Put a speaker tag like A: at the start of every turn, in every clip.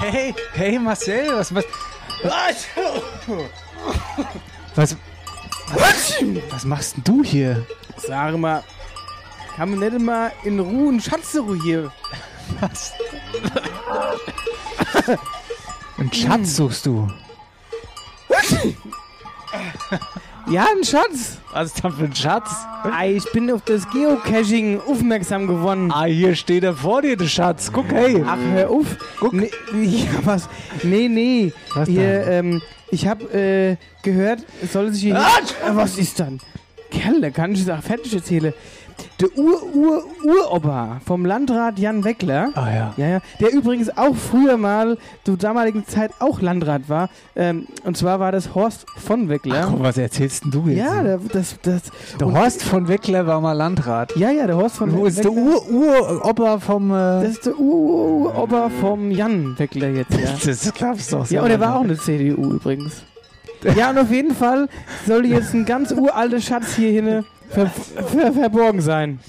A: Hey, hey Marcel, was, was,
B: Was?
A: was, was machst denn du hier?
B: Sag mal, kann man nicht mal in Ruhe einen Schatz hier?
A: Was? Einen Schatz suchst du.
B: Ja, einen Schatz.
A: Was ist das für ein Schatz?
B: Ey, Ah, ich bin auf das Geocaching aufmerksam geworden.
A: Ah, hier steht er vor dir, der Schatz. Guck, hey.
B: Ach, hör auf.
A: Guck.
B: Nee, nee, was? Nee, nee.
A: Was
B: Hier, ähm, ich hab äh, gehört, es soll sich hier. Nicht, Äh, was ist dann? Kerl, da kann ich es auch fertig erzählen. Der Ur-Ur-Uropa vom Landrat Jan Weckler.
A: Ah ja.
B: Ja, ja. Der übrigens auch früher mal zur damaligen Zeit auch Landrat war. Ähm, und zwar war das Horst von
A: Ach,
B: Weckler.
A: guck, was erzählst denn du jetzt?
B: ja, der, das, das,
A: der Horst von Weckler war mal Landrat.
B: ja, ja, der Horst von
A: Wo ist der
B: Weckler.
A: Ur-Ur-Opa vom...
B: Das
A: Äh,
B: ist der Ur-Ur-Opa vom Jan Weckler jetzt, ja.
A: das glaubst du doch
B: Ja, und er war auch eine CDU übrigens. Ja, und auf jeden Fall soll jetzt ein ganz uralter Schatz hier hinne ver ver verborgen sein.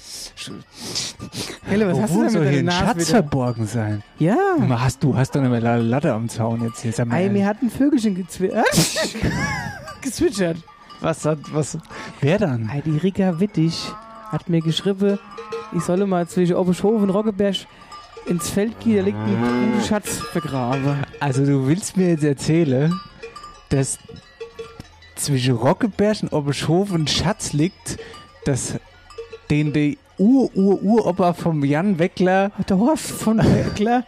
B: Helle, was
A: Was
B: hast du denn mit
A: Oh, soll
B: deiner
A: hier ein
B: Nase
A: Schatz
B: wieder? Ah.
A: verborgen sein?
B: Ja.
A: Mal, Hast du hast doch eine Latte am Zaun jetzt hier. Sag mal
B: Ei, mir
A: ehrlich.
B: hat ein Vögelchen gezwitschert. gezwitschert.
A: was hat was? Wer dann?
B: Ei, die Rika Wittig hat mir geschrieben, ich solle mal zwischen Obischhof und Roggeberg ins Feld gehen, da liegt
A: Ah.
B: ein guter Schatz vergraben.
A: Also du willst mir jetzt erzählen, dass zwischen Rockeberg und Obischhofen ein Schatz liegt, dass den die ur ur uropa vom Jan Weckler
B: Hat der Horst von Weckler.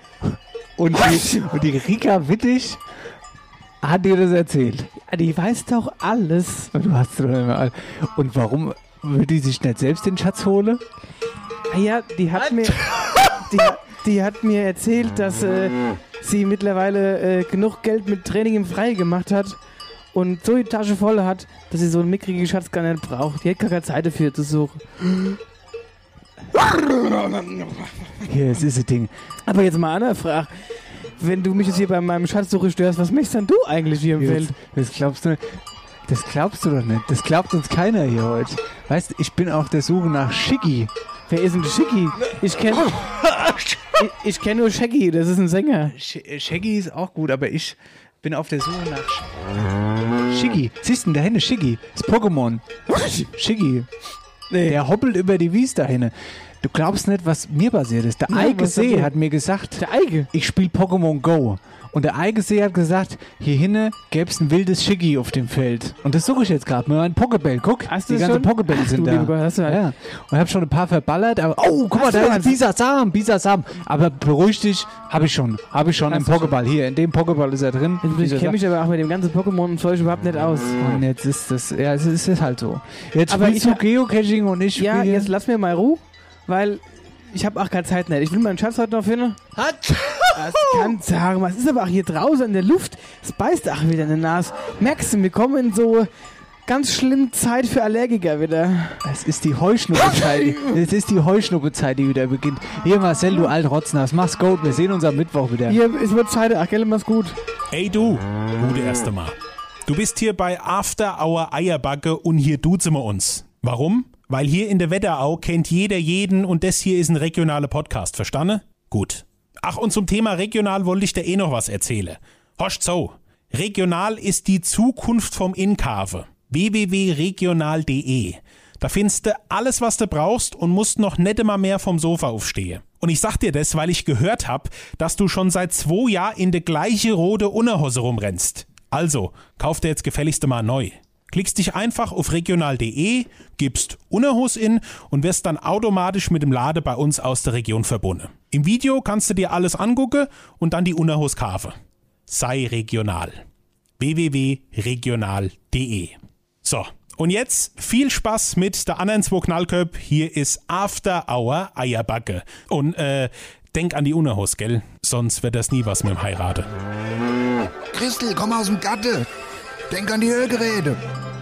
A: und die, und die Rika Wittig hat dir das erzählt.
B: Ah, Die weiß doch alles.
A: Und du hast doch immer all- Und warum will die sich nicht selbst den Schatz holen?
B: Ah Ja, die hat mir, die, die hat mir erzählt, dass äh, sie mittlerweile äh, genug Geld mit Training im Freie gemacht hat und so die Tasche voll hat, dass sie so einen mickrigen Schatz gar nicht braucht. Die hat gar keine Zeit dafür zu suchen.
A: Hier, es ist das Ding.
B: Aber jetzt mal eine Frage. Wenn du mich jetzt hier bei meinem Schatzsuche störst, was möchtest denn du eigentlich hier im
A: Jetzt,
B: Feld?
A: das glaubst du Das glaubst du doch nicht. Das glaubt uns keiner hier heute. Weißt, ich bin auf der Suche nach Schicki.
B: Wer ist denn Schicki? Ich kenne ich, ich kenn nur Shaggy, das ist ein Sänger.
A: Sch äh, Shaggy ist auch gut, aber ich bin auf der Suche nach Sch Shiggy. Siehst du, da hinten Shiggy. Das Pokémon. Shiggy. Der hoppelt über die Wies da hinten. Du glaubst nicht, was mir passiert ist. Der
B: Ja,
A: Eike
B: was
A: See
B: passiert?
A: hat mir gesagt,
B: Der Eige.
A: ich spiele Pokémon Go. Und der Eike See hat gesagt, hier hinten gäbe es ein wildes Shiggy auf dem Feld. Und das suche ich jetzt gerade mit meinem Pokéball. Guck,
B: Hast du
A: die
B: das
A: ganzen
B: schon?
A: Pokébälle
B: Ach,
A: sind
B: du
A: da.
B: liebe Gott, hast du halt-
A: ja. Und habe schon ein paar verballert. Aber, oh, guck mal,
B: Hast du
A: da
B: eins?
A: ist Bisasam, Bisasam. Aber beruhig dich, habe ich schon. Habe ich schon im
B: Hast du schon. Also
A: Pokéball. Hier, in dem Pokéball ist er drin.
B: Ich
A: Bisasam.
B: kenne mich aber auch mit dem ganzen Pokémon und Zeug überhaupt nicht aus.
A: und jetzt ist das, ja, es ist es halt so. Jetzt
B: Aber
A: spielst
B: ich
A: du
B: hab-
A: Geocaching und ich
B: Ja,
A: spiele...
B: jetzt lass mir mal Ruhe, weil ich habe auch keine Zeit mehr. Ich will meinen Schatz heute noch finden. Das kann sagen, was ist aber auch hier draußen in der Luft? Es beißt auch wieder in der Nase. Merkst du, wir kommen in so ganz schlimm Zeit für Allergiker wieder.
A: Es ist die Heuschnuppezeit. die- es ist die Heuschnuppezeit, die wieder beginnt. Hier, Marcel, du Altrotznas, mach's gut. Wir sehen uns am Mittwoch wieder.
B: Hier, es wird Zeit. Ach, gell, mach's gut.
C: Ey du, gute erste Mal. Du bist hier bei After Hour Eierbacke und hier duzen wir uns. Warum? Weil hier in der Wetterau kennt jeder jeden und das hier ist ein regionaler Podcast, verstanden? Gut. Ach, und zum Thema regional wollte ich dir eh noch was erzählen. Hosch so. Regional ist die Zukunft vom Inkave. www.regional.de da findest du alles, was du brauchst und musst noch nicht immer mehr vom Sofa aufstehen. Und ich sag dir das, weil ich gehört hab, dass du schon seit zwei Jahren in der gleiche rote Unterhose rumrennst. Also, kauf dir jetzt gefälligst mal neu. Klickst dich einfach auf regional.de, gibst Unterhose in und wirst dann automatisch mit dem Lade bei uns aus der Region verbunden. Im Video kannst du dir alles angucken und dann die Unterhose kaufen. Sei regional. www.regional.de so, und jetzt viel Spaß mit der anderen zwei Knallköp. Hier ist After Hour Eierbacke. Und äh, denk an die Unerhos, gell? Sonst wird das nie was mit dem Heiraten.
D: Christel, komm aus dem Gatte. Denk an die Ölgeräte.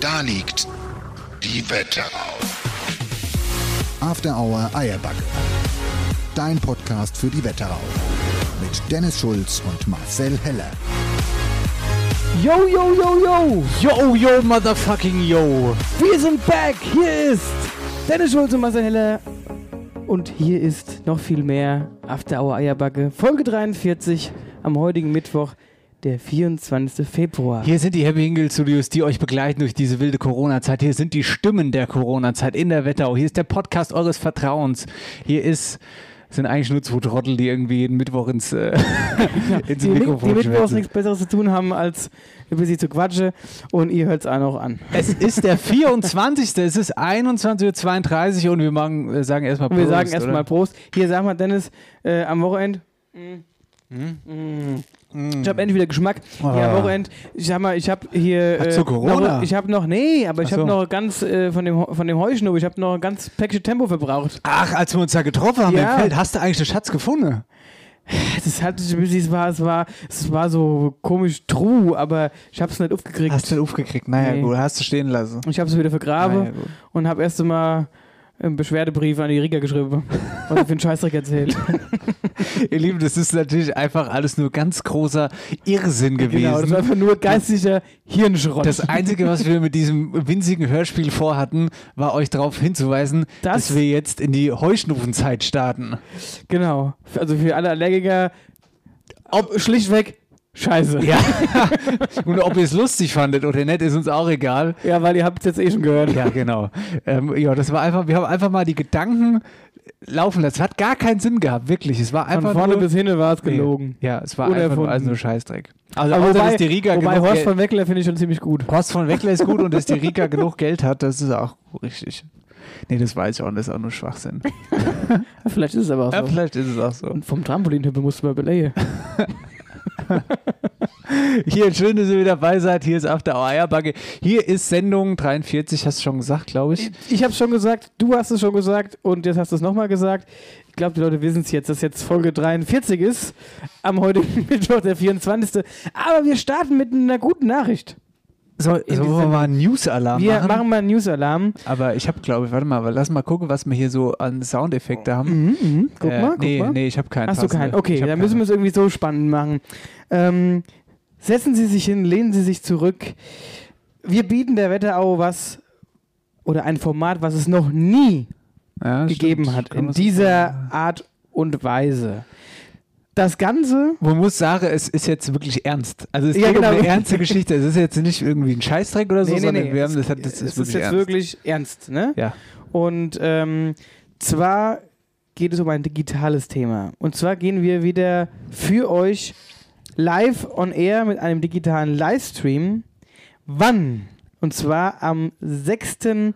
E: da liegt die Wetterau.
D: After Hour Eierbacke. Dein Podcast für die Wetterau. Mit Dennis Schulz und Marcel Heller.
B: Yo, yo, yo, yo!
A: Yo, yo, motherfucking yo.
B: Wir sind back! Hier ist Dennis Schulze und Marcel Heller. Und hier ist noch viel mehr After Hour Eierbacke, Folge 43 am heutigen Mittwoch, der 24. Februar.
A: Hier sind die Happy Hingle Studios, die euch begleiten durch diese wilde Corona-Zeit. Hier sind die Stimmen der Corona-Zeit in der Wetterau. Hier ist der Podcast eures Vertrauens. Hier ist sind eigentlich nur zwei Trottel, die irgendwie jeden Mittwoch ins, äh, ins
B: die Mik- die
A: Mikrofon
B: Mittwochs
A: schwätzen.
B: nichts Besseres zu tun haben, als über sie zu quatschen. Und ihr hört es auch noch an.
A: Es ist der 24. es ist 21.32 Uhr und wir machen, äh, sagen erstmal
B: Und wir
A: Prost,
B: sagen
A: oder?
B: erstmal Prost. Hier, sag mal, Dennis, äh, am Wochenende.
A: Hm?
B: Mm. Ich habe endlich wieder Geschmack. Ja,
A: Ah.
B: am Wochenende. Ich sag mal, ich habe hier. äh,
A: Hast du Corona?
B: Noch, ich habe noch, nee, aber ich
A: Ach
B: habe
A: so.
B: noch ganz äh, von dem Ho- von dem Heuschnur, ich habe noch ein ganz Päckchen Tempo verbraucht.
A: Ach, als wir uns da getroffen haben
B: Ja.
A: im Feld, hast du eigentlich den Schatz gefunden?
B: Das
A: halt
B: hat, es war, es war, es war so komisch true, aber ich habe es nicht aufgekriegt.
A: Hast du den aufgekriegt? Naja,
B: Nee.
A: gut, hast du stehen lassen.
B: Ich habe es wieder vergraben.
A: Naja, gut.
B: und habe erst einmal einen Beschwerdebrief an die Riga geschrieben, was ich für einen Scheißdreck erzählt.
A: Ihr Lieben, das ist natürlich einfach alles nur ganz großer Irrsinn gewesen.
B: genau, das war einfach nur geistlicher Hirnschrott.
A: Das Einzige, was wir mit diesem winzigen Hörspiel vorhatten, war euch darauf hinzuweisen,
B: Das-
A: dass wir jetzt in die Heuschnupfenzeit starten.
B: genau. Also für alle Allergiker, ob schlichtweg Scheiße.
A: Ja. Und ob ihr es lustig fandet oder nicht, ist uns auch egal.
B: Ja, weil ihr habt es jetzt eh schon gehört.
A: Ja, genau. Ähm, ja, das war einfach, wir haben einfach mal die Gedanken laufen lassen. Es hat gar keinen Sinn gehabt, wirklich. Es war
B: Von
A: einfach
B: vorne
A: nur,
B: bis hinten war es
A: Nee.
B: gelogen.
A: Ja, es war
B: Oder
A: einfach nur,
B: erfunden.
A: also nur Scheißdreck. Also
B: Aber
A: außer,
B: wobei,
A: dass die Riga
B: wobei
A: genug
B: Horst
A: Geld-
B: von Weckler finde ich schon ziemlich gut.
A: Horst von Weckler ist gut und dass die Rika genug Geld hat, das ist auch richtig. Nee, das weiß ich auch, und das ist auch nur Schwachsinn.
B: Vielleicht ist es aber auch
A: Ja,
B: so.
A: vielleicht ist es auch so.
B: Und vom Trampolinhüpfen musst du mal belegen.
A: Hier, schön, dass ihr wieder dabei seid. Hier ist After Hour Eierbacke. Hier ist Sendung 43, hast du schon gesagt, glaube ich.
B: Ich habe schon gesagt, du hast es schon gesagt und jetzt hast du es nochmal gesagt. Ich glaube, die Leute wissen es jetzt, dass jetzt Folge 43 ist, am heutigen Mittwoch, der 24. Aber wir starten mit einer guten Nachricht.
A: So, sollen Also, wir mal einen News-Alarm
B: Wir
A: machen?
B: machen mal einen News-Alarm.
A: Aber ich habe, glaube ich, warte mal, lass mal gucken, was wir hier so an Soundeffekte haben.
B: Guck
A: Äh,
B: mal, guck
A: nee,
B: mal.
A: nee, ich habe keinen.
B: Hast du
A: passenden.
B: keinen? Okay,
A: Ich hab
B: dann müssen
A: keinen.
B: wir es irgendwie so spannend machen. Ähm, setzen Sie sich hin, lehnen Sie sich zurück. Wir bieten der Wetterau was oder ein Format, was es noch nie
A: ja,
B: gegeben
A: stimmt.
B: hat,
A: Kann
B: in
A: man so
B: dieser
A: sagen.
B: Art und Weise. Das Ganze
A: Man muss sagen, es ist jetzt wirklich ernst. Also es
B: Ja,
A: geht
B: genau.
A: um eine ernste Geschichte. Es ist jetzt nicht irgendwie ein Scheißdreck oder so,
B: Nee, nee,
A: sondern
B: nee.
A: wir haben das, hat, das ist
B: es
A: wirklich
B: ist jetzt
A: ernst.
B: wirklich ernst, ne?
A: ja.
B: Und ähm, zwar geht es um ein digitales Thema. Und zwar gehen wir wieder für euch live on air mit einem digitalen Livestream. Wann? Und zwar am 6.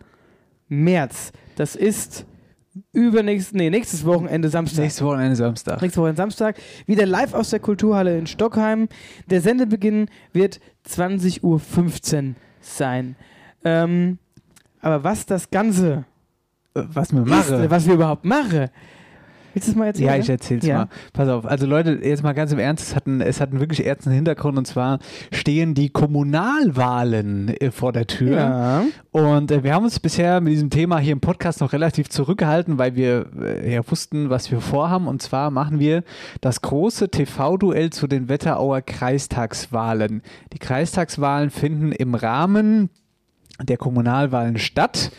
B: März. Das ist übernächst, nee, nächstes Wochenende Samstag.
A: Nächstes Wochenende Samstag. Äh,
B: Nächste Woche Samstag wieder live aus der Kulturhalle in Stockheim. Der Sendebeginn wird 20.15 Uhr sein. Ähm, aber was das Ganze
A: Äh, Was wir
B: ist,
A: machen.
B: was wir überhaupt machen, willst du es mal erzählen?
A: Ja, ich erzähl's
B: Ja.
A: mal. Pass auf, also Leute, jetzt mal ganz im Ernst, es hat einen, es hat einen wirklich ernsten Hintergrund und zwar stehen die Kommunalwahlen äh, vor der Tür.
B: ja.
A: Und äh, wir haben uns bisher mit diesem Thema hier im Podcast noch relativ zurückgehalten, weil wir äh, ja wussten, was wir vorhaben. Und zwar machen wir das große TV-Duell zu den Wetterauer Kreistagswahlen. Die Kreistagswahlen finden im Rahmen der Kommunalwahlen statt.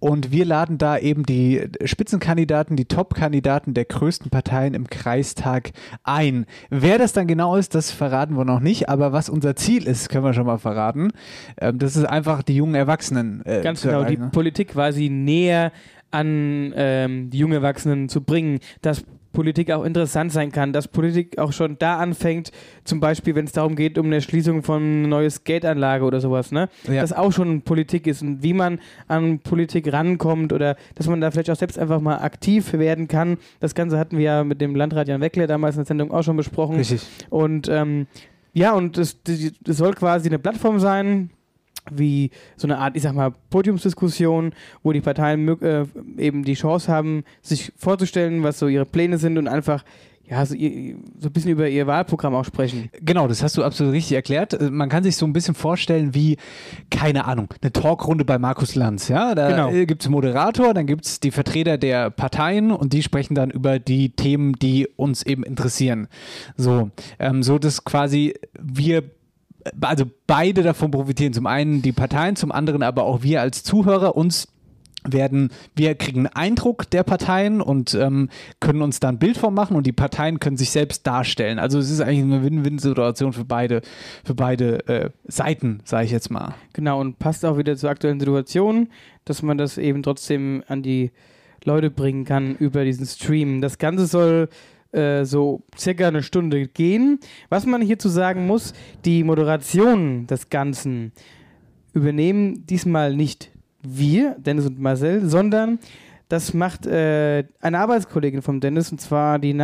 A: Und wir laden da eben die Spitzenkandidaten, die Top-Kandidaten der größten Parteien im Kreistag ein. Wer das dann genau ist, das verraten wir noch nicht. Aber was unser Ziel ist, können wir schon mal verraten. Ähm, das ist einfach die jungen Erwachsenen. Äh,
B: Ganz
A: zu
B: genau, die
A: erreichen, ne?
B: Politik quasi näher an ähm, die jungen Erwachsenen zu bringen, dass Politik auch interessant sein kann, dass Politik auch schon da anfängt, zum Beispiel, wenn es darum geht, um eine Schließung von einer neuen Skateanlage oder sowas, ne?
A: Ja.
B: Das auch schon Politik ist und wie man an Politik rankommt oder dass man da vielleicht auch selbst einfach mal aktiv werden kann. Das Ganze hatten wir ja mit dem Landrat Jan Weckler damals in der Sendung auch schon besprochen.
A: Richtig.
B: Und ähm, ja, und es das, das soll quasi eine Plattform sein, wie so eine Art, ich sag mal, Podiumsdiskussion, wo die Parteien mög- äh, eben die Chance haben, sich vorzustellen, was so ihre Pläne sind und einfach ja, so, ihr, so ein bisschen über ihr Wahlprogramm auch sprechen.
A: Genau, das hast du absolut richtig erklärt. Äh, Man kann sich so ein bisschen vorstellen wie, keine Ahnung, eine Talkrunde bei Markus Lanz. Ja? Da
B: Genau.
A: äh, gibt's einen Moderator, dann gibt's die Vertreter der Parteien und die sprechen dann über die Themen, die uns eben interessieren. So, ähm, so dass quasi wir also beide davon profitieren. Zum einen die Parteien, zum anderen aber auch wir als Zuhörer uns werden, wir kriegen einen Eindruck der Parteien und ähm, können uns da ein Bild von machen und die Parteien können sich selbst darstellen. Also es ist eigentlich eine Win-Win-Situation für beide, für beide äh, Seiten, sage ich jetzt mal.
B: Genau, und passt auch wieder zur aktuellen Situation, dass man das eben trotzdem an die Leute bringen kann über diesen Stream. Das Ganze soll äh, so circa eine Stunde gehen. Was man hierzu sagen muss, die Moderation des Ganzen übernehmen diesmal nicht wir, Dennis und Marcel, sondern das macht äh, eine Arbeitskollegin von Dennis, und zwar die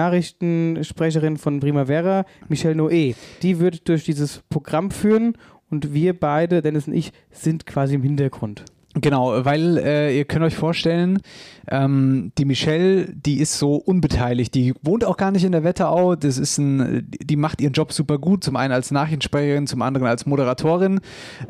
B: Nachrichtensprecherin von Primavera, Michelle Noé. Die wird durch dieses Programm führen und wir beide, Dennis und ich, sind quasi im Hintergrund.
A: Genau, weil äh, ihr könnt euch vorstellen, ähm, die Michelle, die ist so unbeteiligt, die wohnt auch gar nicht in der Wetterau, das ist ein, die macht ihren Job super gut, zum einen als Nachrichtensprecherin, zum anderen als Moderatorin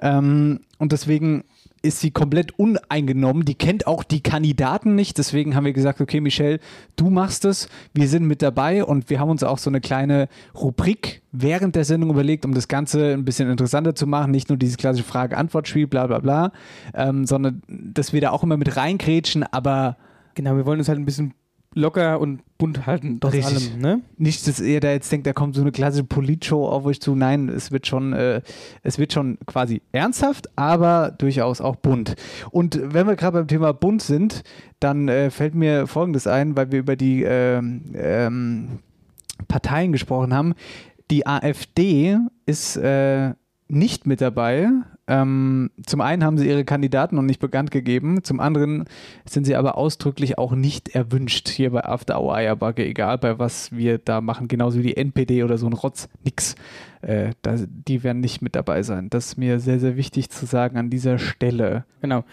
A: ähm, und deswegen ist sie komplett uneingenommen, die kennt auch die Kandidaten nicht, deswegen haben wir gesagt, okay Michelle, du machst es, wir sind mit dabei und wir haben uns auch so eine kleine Rubrik während der Sendung überlegt, um das Ganze ein bisschen interessanter zu machen, nicht nur dieses klassische Frage-Antwort-Spiel, bla bla bla, ähm, sondern dass wir da auch immer mit reingrätschen, aber
B: Genau, wir wollen uns halt ein bisschen locker und bunt halten, trotz
A: Richtig.
B: allem. Ne?
A: nicht, dass ihr da jetzt denkt, da kommt so eine klassische Politshow auf euch zu. Nein, es wird schon, äh, es wird schon quasi ernsthaft, aber durchaus auch bunt. Und wenn wir gerade beim Thema bunt sind, dann äh, fällt mir Folgendes ein, weil wir über die ähm, ähm, Parteien gesprochen haben. Die AfD ist äh, nicht mit dabei. Ähm, zum einen haben sie ihre Kandidaten noch nicht bekannt gegeben, zum anderen sind sie aber ausdrücklich auch nicht erwünscht hier bei After Hour Eierbacke, egal bei was wir da machen, genauso wie die NPD oder so ein Rotz, nix. Äh, da, die werden nicht mit dabei sein. Das ist mir sehr, sehr wichtig zu sagen an dieser Stelle.
B: Genau.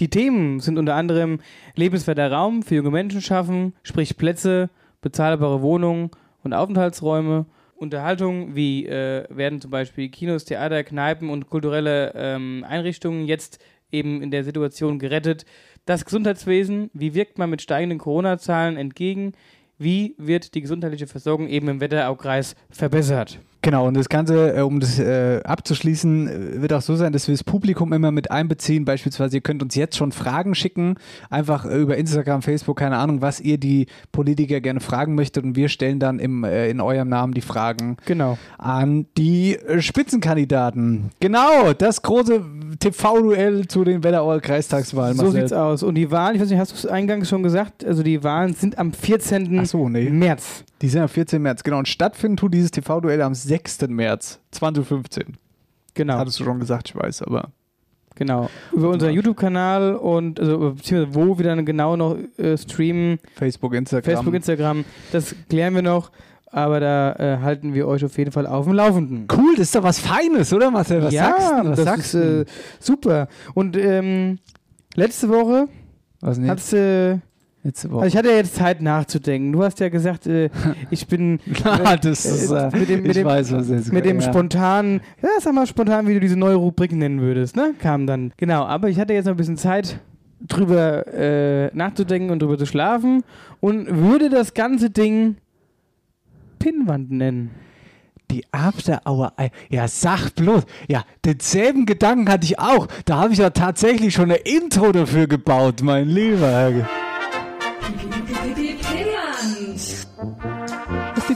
B: Die Themen sind unter anderem lebenswerter Raum für junge Menschen schaffen, sprich Plätze, bezahlbare Wohnungen und Aufenthaltsräume, Unterhaltung wie äh, werden zum Beispiel Kinos, Theater, Kneipen und kulturelle ähm, Einrichtungen jetzt eben in der Situation gerettet, das Gesundheitswesen, wie wirkt man mit steigenden Corona-Zahlen entgegen, wie wird die gesundheitliche Versorgung eben im Wetteraukreis verbessert.
A: Genau, und das Ganze, äh, um das äh, abzuschließen, äh, wird auch so sein, dass wir das Publikum immer mit einbeziehen. Beispielsweise, ihr könnt uns jetzt schon Fragen schicken, einfach äh, über Instagram, Facebook, keine Ahnung, was ihr die Politiker gerne fragen möchtet. Und wir stellen dann im, äh, in eurem Namen die Fragen
B: Genau.
A: an die äh, Spitzenkandidaten. Genau, das große TV-Duell zu den Wetterauer Kreistagswahlen.
B: So
A: Also Marcel.
B: sieht's aus. Und die Wahlen, ich weiß nicht, hast du es eingangs schon gesagt? Also die Wahlen sind am 14.
A: Ach so, nee.
B: März.
A: Die sind am 14. März, genau. Und stattfinden tut dieses TV-Duell am 6. März 2015.
B: Genau.
A: Hattest du schon gesagt, ich weiß, aber.
B: genau. Über unseren YouTube-Kanal und also, beziehungsweise wo wir dann genau noch äh, streamen,
A: Facebook, Instagram.
B: Facebook, Instagram, das klären wir noch, aber da äh, halten wir euch auf jeden Fall auf dem Laufenden.
A: Cool, das ist doch was Feines, oder Marcel? Was
B: ja,
A: sagst du? Was
B: das
A: sagst
B: ist
A: du?
B: äh, super. Und ähm, letzte Woche
A: Was denn jetzt?
B: hat's, äh,
A: Letzte
B: also ich hatte ja jetzt Zeit nachzudenken. Du hast ja gesagt, äh, ich bin
A: Ah, das ist, äh,
B: mit dem- mit
A: ich
B: dem-
A: weiß, was jetzt
B: Mit dem
A: ja.
B: spontanen, ja, sag mal spontan, wie du diese neue Rubrik nennen würdest, ne? Kam dann. Genau, aber ich hatte jetzt noch ein bisschen Zeit, drüber äh, nachzudenken und drüber zu schlafen und würde das ganze Ding Pinnwand nennen.
A: Die After Hour. Ei- Ja, sag bloß. Ja, denselben Gedanken hatte ich auch. Da habe ich ja tatsächlich schon eine Intro dafür gebaut, mein lieber Herr.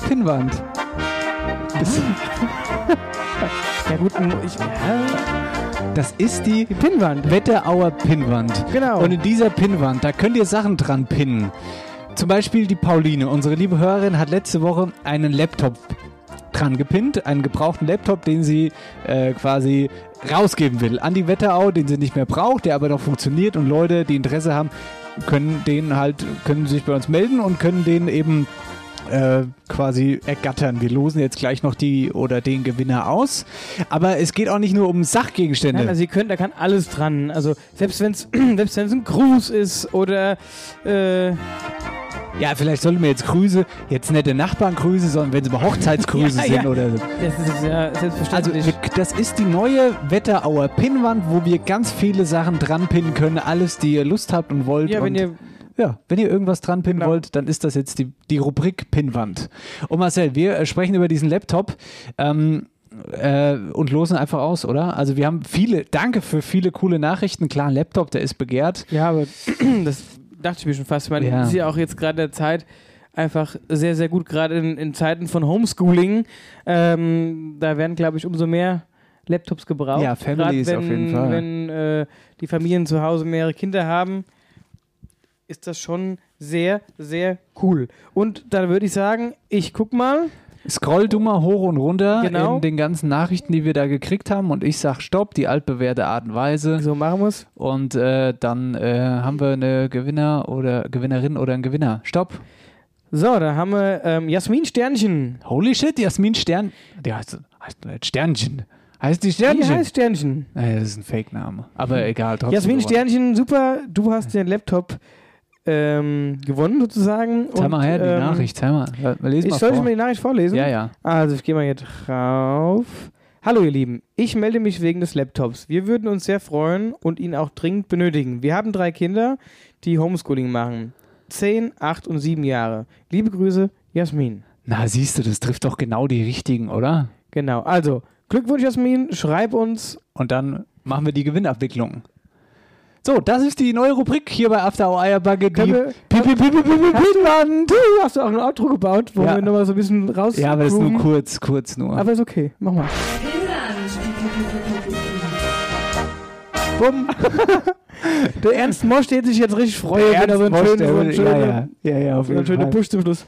F: Pinnwand.
A: Das ist die Pinnwand.
B: Ja, gut, ich. Ja,
A: Das ist die
B: die Pinnwand.
A: Wetterauer Pinnwand.
B: Genau.
A: Und in dieser Pinnwand, da könnt ihr Sachen dran pinnen. Zum Beispiel die Pauline, unsere liebe Hörerin, hat letzte Woche einen Laptop dran gepinnt, einen gebrauchten Laptop, den sie äh, quasi rausgeben will an die Wetterau, den sie nicht mehr braucht, der aber noch funktioniert und Leute, die Interesse haben, können den halt können sich bei uns melden und können den eben äh, quasi ergattern. Wir losen jetzt gleich noch die oder den Gewinner aus. Aber es geht auch nicht nur um Sachgegenstände.
B: Nein, also ihr könnt, da kann alles dran. Also selbst wenn es selbst wenn's ein Gruß ist oder äh,
A: ja, vielleicht sollten wir jetzt Grüße, jetzt nette Nachbarngrüße, sondern wenn es mal Hochzeitsgrüße
B: Ja,
A: sind
B: ja.
A: oder so.
B: das ist ja
A: Also
B: selbstverständlich.
A: wir, das ist die neue Wetterauer Pinnwand, wo wir ganz viele Sachen dran pinnen können. Alles, die ihr Lust habt und wollt.
B: ja, wenn
A: und,
B: ihr
A: ja, wenn ihr irgendwas dran pinnen
B: Genau.
A: wollt, dann ist das jetzt die, die Rubrik Pinnwand. Und Marcel, wir äh, sprechen über diesen Laptop. Ähm, äh, und losen einfach aus, oder? Also wir haben viele, danke für viele coole Nachrichten. Klar, Laptop, der ist begehrt.
B: Ja, aber das dachte ich mir schon fast. Ich meine,
A: Ja.
B: das ist ja auch jetzt gerade der Zeit einfach sehr, sehr gut, gerade in, in Zeiten von Homeschooling. Ähm, da werden, glaube ich, umso mehr Laptops gebraucht.
A: Ja, Families
B: Gerade
A: auf
B: wenn,
A: jeden Fall.
B: Wenn äh, die Familien zu Hause mehrere Kinder haben, ist das schon sehr, sehr cool. Und dann würde ich sagen, ich guck mal.
A: Scroll du mal hoch und runter
B: Genau.
A: in den ganzen Nachrichten, die wir da gekriegt haben und ich sag Stopp, die altbewährte Art und Weise.
B: So Also, machen wir es.
A: Und äh, dann äh, haben wir eine Gewinner oder Gewinnerin oder einen Gewinner. Stopp.
B: So, da haben wir ähm, Jasmin Sternchen.
A: Holy shit, Jasmin Stern. Die heißt, heißt nicht Sternchen. Heißt die
B: Wie
A: Sternchen?
B: heißt Sternchen?
A: Naja, das ist ein Fake-Name. Aber egal, trotzdem.
B: Jasmin
A: gewonnen.
B: Sternchen, super, du hast den Laptop ähm, gewonnen sozusagen.
A: Zeig
B: Und,
A: mal her, die
B: ähm,
A: Nachricht. Zeig mal. Äh, Lesen
B: Ich
A: mal
B: soll ich
A: vor.
B: mal die Nachricht vorlesen?
A: Ja, ja.
B: Also ich gehe mal hier drauf. Hallo ihr Lieben, ich melde mich wegen des Laptops. Wir würden uns sehr freuen und ihn auch dringend benötigen. Wir haben drei Kinder, die Homeschooling machen. Zehn, acht und sieben Jahre. Liebe Grüße, Jasmin.
A: Na, siehst du, das trifft doch genau die richtigen, oder?
B: Genau, also Glückwunsch Jasmin, schreib uns.
A: Und dann machen wir die Gewinnabwicklung. So, das ist die neue Rubrik hier bei After Our Eierbacke. Die
B: Können wir-
A: Pi- Pi- Pi- Pi- Pi- Pi- Pinnwand.
B: Du hast auch ein Outro gebaut, wo
A: Ja.
B: wir nochmal so ein bisschen raus.
A: Ja, aber das ist nur
B: grooven.
A: kurz, kurz nur.
B: Aber ist okay, mach mal. Bumm. der Ernst Mosch, der hätte sich jetzt richtig freuen, wenn er so einen
A: Ernst
B: schönen,
A: Mosch,
B: so
A: der-
B: einen
A: ja,
B: schönen,
A: ja, ja, ja, auf
B: so einen
A: jeden
B: schönen
A: Fall.
B: Push zum Schluss.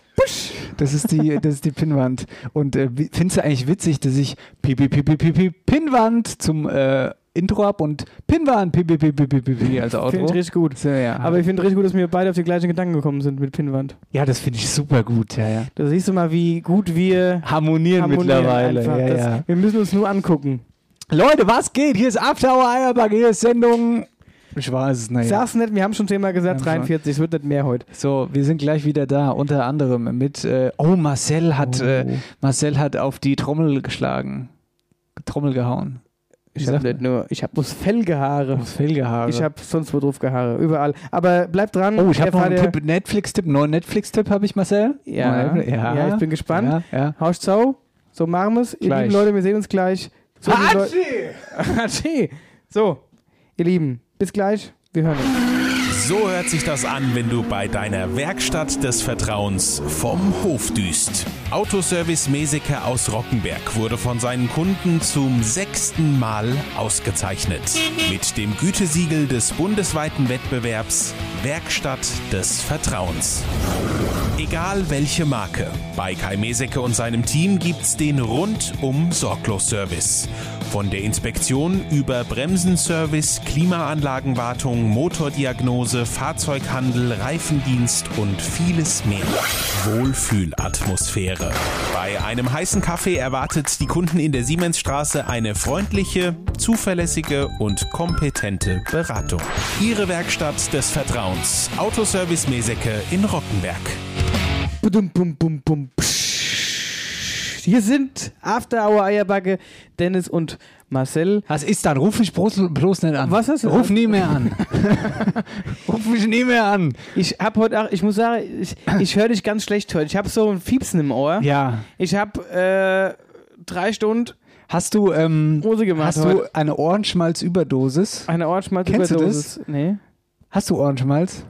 A: Das ist die, das ist die Pinnwand. Und äh, wie- findest du eigentlich witzig, dass ich piep, piep, piep, piep, piep, piep, Pinnwand zum äh, Intro ab und Pinnwand piep, piep, piep, piep, piep, piep, piep, als
B: Finde
A: also Outro?
B: ich richtig gut.
A: So, ja.
B: Aber ich finde richtig gut, dass wir beide auf die gleichen Gedanken gekommen sind mit Pinnwand.
A: ja, das finde ich super gut. Ja, ja.
B: Da siehst du mal, wie gut wir
A: Harmonieren,
B: harmonieren
A: mittlerweile.
B: einfach.
A: Ja,
B: Das-
A: ja.
B: Wir müssen uns nur angucken.
A: Leute, was geht? Hier ist After Hour Eierbacke, hier ist Sendung. Ich weiß es
B: Ich
A: nicht.
B: Sag's nicht, wir haben schon Thema gesagt,
A: Ja,
B: 43, es wird nicht mehr heute.
A: So, wir sind gleich wieder da. Unter anderem mit äh, Oh, Marcel hat, Äh, Marcel hat auf die Trommel geschlagen. Trommel gehauen.
B: Ich
A: Wie
B: hab
A: sagt
B: nicht nur, ich hab bloß Felgehaare.
A: Aufs Felgehaare.
B: Ich hab sonst wo drauf Gehaare, überall. Aber bleib dran.
A: Oh, ich habe noch
B: erfahrt
A: einen
B: ihr-
A: Tipp, Netflix-Tipp, neuen Netflix-Tipp habe ich, Marcel.
B: Ja,
A: Neuen-
B: ja. ja, ich bin gespannt.
A: Ja, ja.
B: Haust sau. So machen wir's. Ihr
A: Gleich.
B: lieben Leute, wir sehen uns gleich. So, Hatschi! Hatschi! So, ihr Lieben, bis gleich. Wir hören uns.
C: So hört sich das an, wenn du bei deiner Werkstatt des Vertrauens vom Hof düst. Autoservice Meseker aus Rockenberg wurde von seinen Kunden zum sechsten Mal ausgezeichnet. Mit dem Gütesiegel des bundesweiten Wettbewerbs Werkstatt des Vertrauens. Egal welche Marke, bei Kai Meseke und seinem Team gibt's den rundum sorglos Service. Von der Inspektion über Bremsenservice, Klimaanlagenwartung, Motordiagnose, Fahrzeughandel, Reifendienst und vieles mehr. Wohlfühlatmosphäre. Bei einem heißen Kaffee erwartet die Kunden in der Siemensstraße eine freundliche, zuverlässige und kompetente Beratung. Ihre Werkstatt des Vertrauens. Autoservice Meseke in Rockenberg.
B: Budum, bum, bum, bum, psch. Hier sind After Hour Eierbacke, Dennis und Marcel.
A: Was ist dann? Ruf mich bloß, bloß nicht an.
B: Was hast du-
A: Ruf nie mehr an. Ruf mich nie mehr an.
B: Ich hab heute auch, ich muss sagen, ich, ich höre dich ganz schlecht heute. Ich hab so ein Fiepsen im Ohr.
A: Ja.
B: Ich hab äh, drei Stunden
A: Hast du, ähm,
B: Hose gemacht
A: hast
B: heute.
A: du eine Ohrenschmalz-Überdosis?
B: Eine Ohrenschmalz-Überdosis.
A: Kennst
B: Nee.
A: Hast du Ohrenschmalz?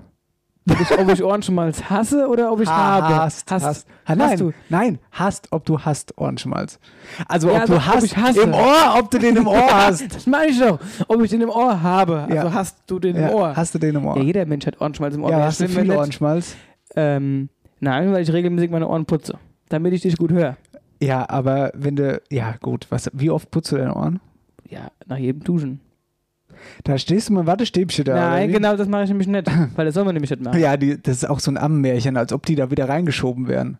B: Ich, ob ich Ohrenschmalz hasse oder ob ich habe.
A: Ah, Hast, hast, Ha, nein,
B: Hast Ah, du.
A: nein, hast, ob du hast Ohrenschmalz. Also,
B: Ja,
A: ob
B: also,
A: du
B: ob
A: hast
B: ich hasse.
A: im Ohr, ob du den im Ohr Oh, hast.
B: Das meine ich doch. Ob ich den im Ohr habe. Also
A: Ja.
B: hast du den
A: Ja,
B: im Ohr.
A: Hast du den im Ohr?
B: ja, jeder Mensch hat Ohrenschmalz im Ohr.
A: Ja,
B: Wäre
A: hast du
B: schlimm, wenn
A: viel
B: nicht.
A: Ohrenschmalz?
B: Ähm, nein, weil ich regelmäßig meine Ohren putze. Damit ich dich gut höre.
A: Ja, aber wenn du, ja gut, was, wie oft putzt du deine Ohren?
B: Ja, nach jedem Duschen.
A: Da stehst du mit dem Wattestäbchen da. oder
B: nein,
A: wie?
B: genau das mache ich nämlich nicht. Weil das soll man nämlich nicht machen.
A: Ja, die, das ist auch so ein Ammenmärchen, als ob die da wieder reingeschoben wären.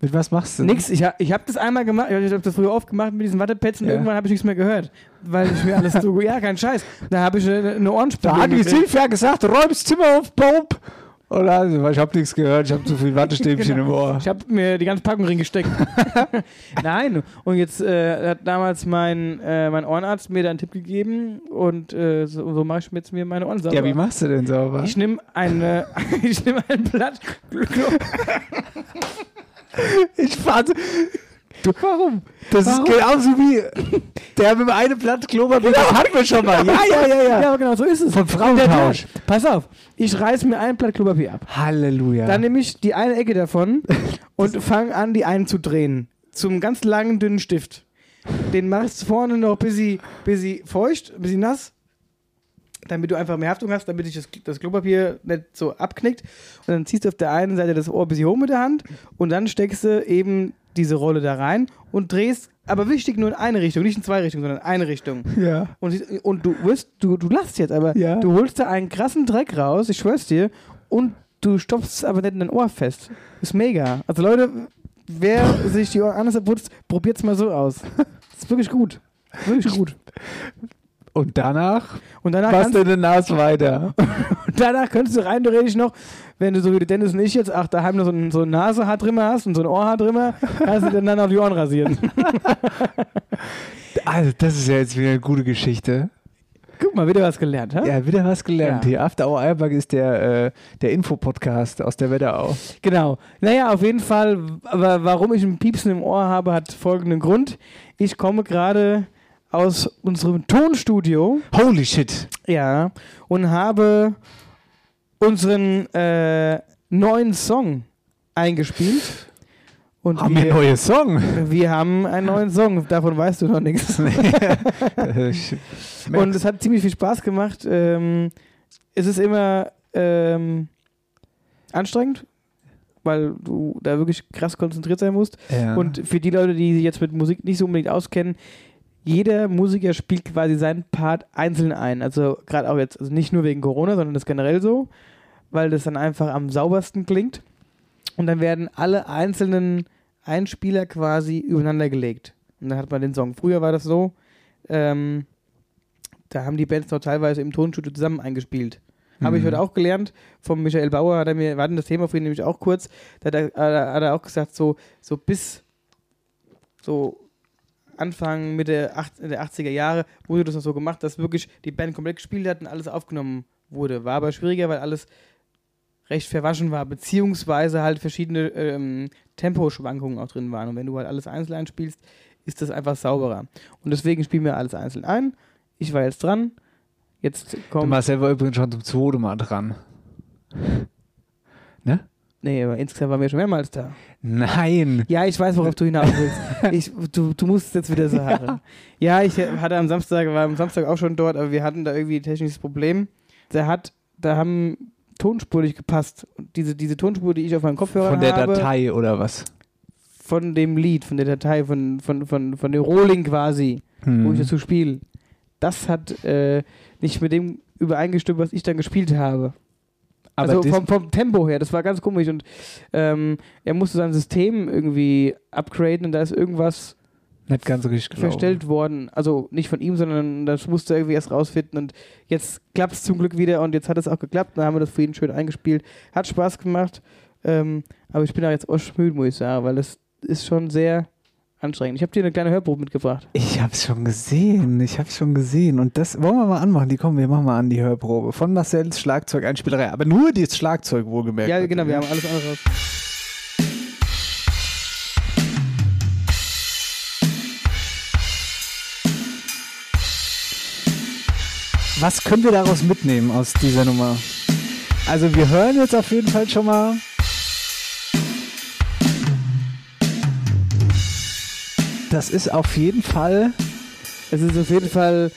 A: Mit was machst du?
B: Nix, ich, ha- ich habe das einmal gemacht, ich habe das früher oft gemacht mit diesen Wattepads und
A: Ja.
B: irgendwann habe ich nichts mehr gehört, weil ich mir alles so, ja, kein Scheiß. Da habe ich äh, eine Ohrenspange.
A: Da hat die Silvia gesagt, räumst Zimmer auf, Bob. Und also, ich habe nichts gehört, ich habe zu viel Wattestäbchen im Ohr.
B: Genau. Ich habe mir die ganze Packung reingesteckt. Nein, und jetzt äh, hat damals mein, äh, mein Ohrenarzt mir da einen Tipp gegeben und äh, so, so mache ich mir jetzt mir meine Ohren sauber.
A: Ja, wie machst du denn sauber?
B: ich nehme eine, ich nehme ein Blatt.
A: Ich fand. Du, warum? Das
B: Warum?
A: ist genauso wie der mit dem einen Blatt Klobert und das hatten wir schon mal. Ja, ja, ja, ja.
B: Genau. Ja, aber genau so ist es.
A: Vom Frauentausch.
B: In der Tat. Pass auf, ich reiß mir ein Blatt Klopapier ab.
A: Halleluja.
B: Dann nehme ich die eine Ecke davon und fange an, die einzudrehen. Zum ganz langen, dünnen Stift. Den machst du vorne noch ein bisschen, bisschen feucht, ein bisschen nass, damit du einfach mehr Haftung hast, damit sich das, das Klopapier nicht so abknickt. Und dann ziehst du auf der einen Seite das Ohr ein bisschen hoch mit der Hand und dann steckst du eben diese Rolle da rein und drehst, aber wichtig nur in eine Richtung, nicht in zwei Richtungen, sondern in eine Richtung.
A: ja.
B: Und, sie- und du wirst, du, du lachst jetzt, aber
A: Ja.
B: du holst da einen krassen Dreck raus, ich schwör's dir, und du stopfst es aber nicht in dein Ohr fest. Ist mega. Also Leute, wer sich die Ohren anders putzt, probiert's mal so aus. Ist wirklich gut. Ist Wirklich gut.
A: Und danach
B: Und danach,
A: passt
B: kannst,
A: deine Nase weiter.
B: und danach könntest du rein theoretisch noch, wenn du so wie der Dennis und ich jetzt, ach, daheim noch so ein, so ein Nasehaar drin hast und so ein Ohrhaar drin, kannst du dir dann noch die Ohren rasieren.
A: Also, das ist ja jetzt wieder eine gute Geschichte.
B: Guck mal, wieder was gelernt, ha?
A: Ja, wieder was gelernt.
B: Ja.
A: Hier, After Hour Eierbag ist der, äh, der Infopodcast aus der Wetterau.
B: Genau. Naja, auf jeden Fall, aber warum ich ein Piepsen im Ohr habe, hat folgenden Grund. Ich komme gerade aus unserem Tonstudio
A: Holy shit.
B: ja, und habe unseren äh, neuen Song eingespielt. Und
A: Haben wir einen
B: wir,
A: neuen Song?
B: wir haben einen neuen Song, davon weißt du noch
A: Ich
B: nichts.
A: merk's.
B: Und es hat ziemlich viel Spaß gemacht. Ähm, es ist immer ähm, anstrengend, weil du da wirklich krass konzentriert sein musst.
A: ja.
B: Und für die Leute, die sich jetzt mit Musik nicht so unbedingt auskennen, jeder Musiker spielt quasi seinen Part einzeln ein. Also gerade auch jetzt, also nicht nur wegen Corona, sondern das ist generell so, weil das dann einfach am saubersten klingt. Und dann werden alle einzelnen Einspieler quasi übereinander gelegt. Und dann hat man den Song. Früher war das so, ähm, da haben die Bands noch teilweise im Tonstudio zusammen eingespielt. Habe ich
A: Mhm.
B: heute auch gelernt vom Michael Bauer, hat er mir, wir hatten das Thema vorhin nämlich auch kurz, da hat er, hat er- hat er auch gesagt, so, so bis so Anfang, Mitte acht- der 80er Jahre wurde das noch so gemacht, dass wirklich die Band komplett gespielt hat und alles aufgenommen wurde. War aber schwieriger, weil alles recht verwaschen war, beziehungsweise halt verschiedene ähm, Temposchwankungen auch drin waren. Und wenn du halt alles einzeln einspielst, ist das einfach sauberer. Und deswegen spielen wir alles einzeln ein. Ich war jetzt dran. Jetzt
A: Der
B: kommt.
A: Marcel war übrigens schon zum zweiten Mal dran.
B: Nee, aber insgesamt waren wir schon mehrmals da.
A: Nein.
B: Ja, ich weiß, worauf du hinaus willst. Ich, du, du musst es jetzt wieder sagen. Ja, ich hatte am Samstag, war am Samstag auch schon dort, aber wir hatten da irgendwie ein technisches Problem. Da hat, da haben Tonspur nicht gepasst. Und diese, diese Tonspur, die ich auf meinem Kopfhörer
A: Von der
B: habe,
A: Datei oder was?
B: von dem Lied, von der Datei, von, von, von, von dem Rolling quasi,
A: Hm. Mhm.
B: wo ich das so spiele, das hat äh, nicht mit dem übereingestimmt, was ich dann gespielt habe.
A: Aber
B: also
A: das-
B: vom, vom Tempo her, das war ganz komisch. Und ähm, er musste sein System irgendwie upgraden und da ist irgendwas
A: Nicht ganz richtig glaube ich.
B: verstellt worden. Also nicht von ihm, sondern das musste er irgendwie erst rausfinden. Und jetzt klappt es zum Glück wieder und jetzt hat es auch geklappt. Dann haben wir das für ihn schön eingespielt. Hat Spaß gemacht. Ähm, aber ich bin auch jetzt auch müde, muss ich sagen, weil das ist schon sehr anstrengend. Ich habe dir eine kleine Hörprobe mitgebracht.
A: Ich hab's schon gesehen, ich hab's schon gesehen. Und das wollen wir mal anmachen. Die kommen, wir machen mal an die Hörprobe. Von Marcells Schlagzeug-Einspielerei. Aber nur das Schlagzeug wohlgemerkt.
B: Ja, genau, wir haben alles andere raus.
A: Was können wir daraus mitnehmen aus dieser Nummer? Also wir hören jetzt auf jeden Fall schon mal. Das ist auf jeden Fall.
B: Es ist auf jeden Fall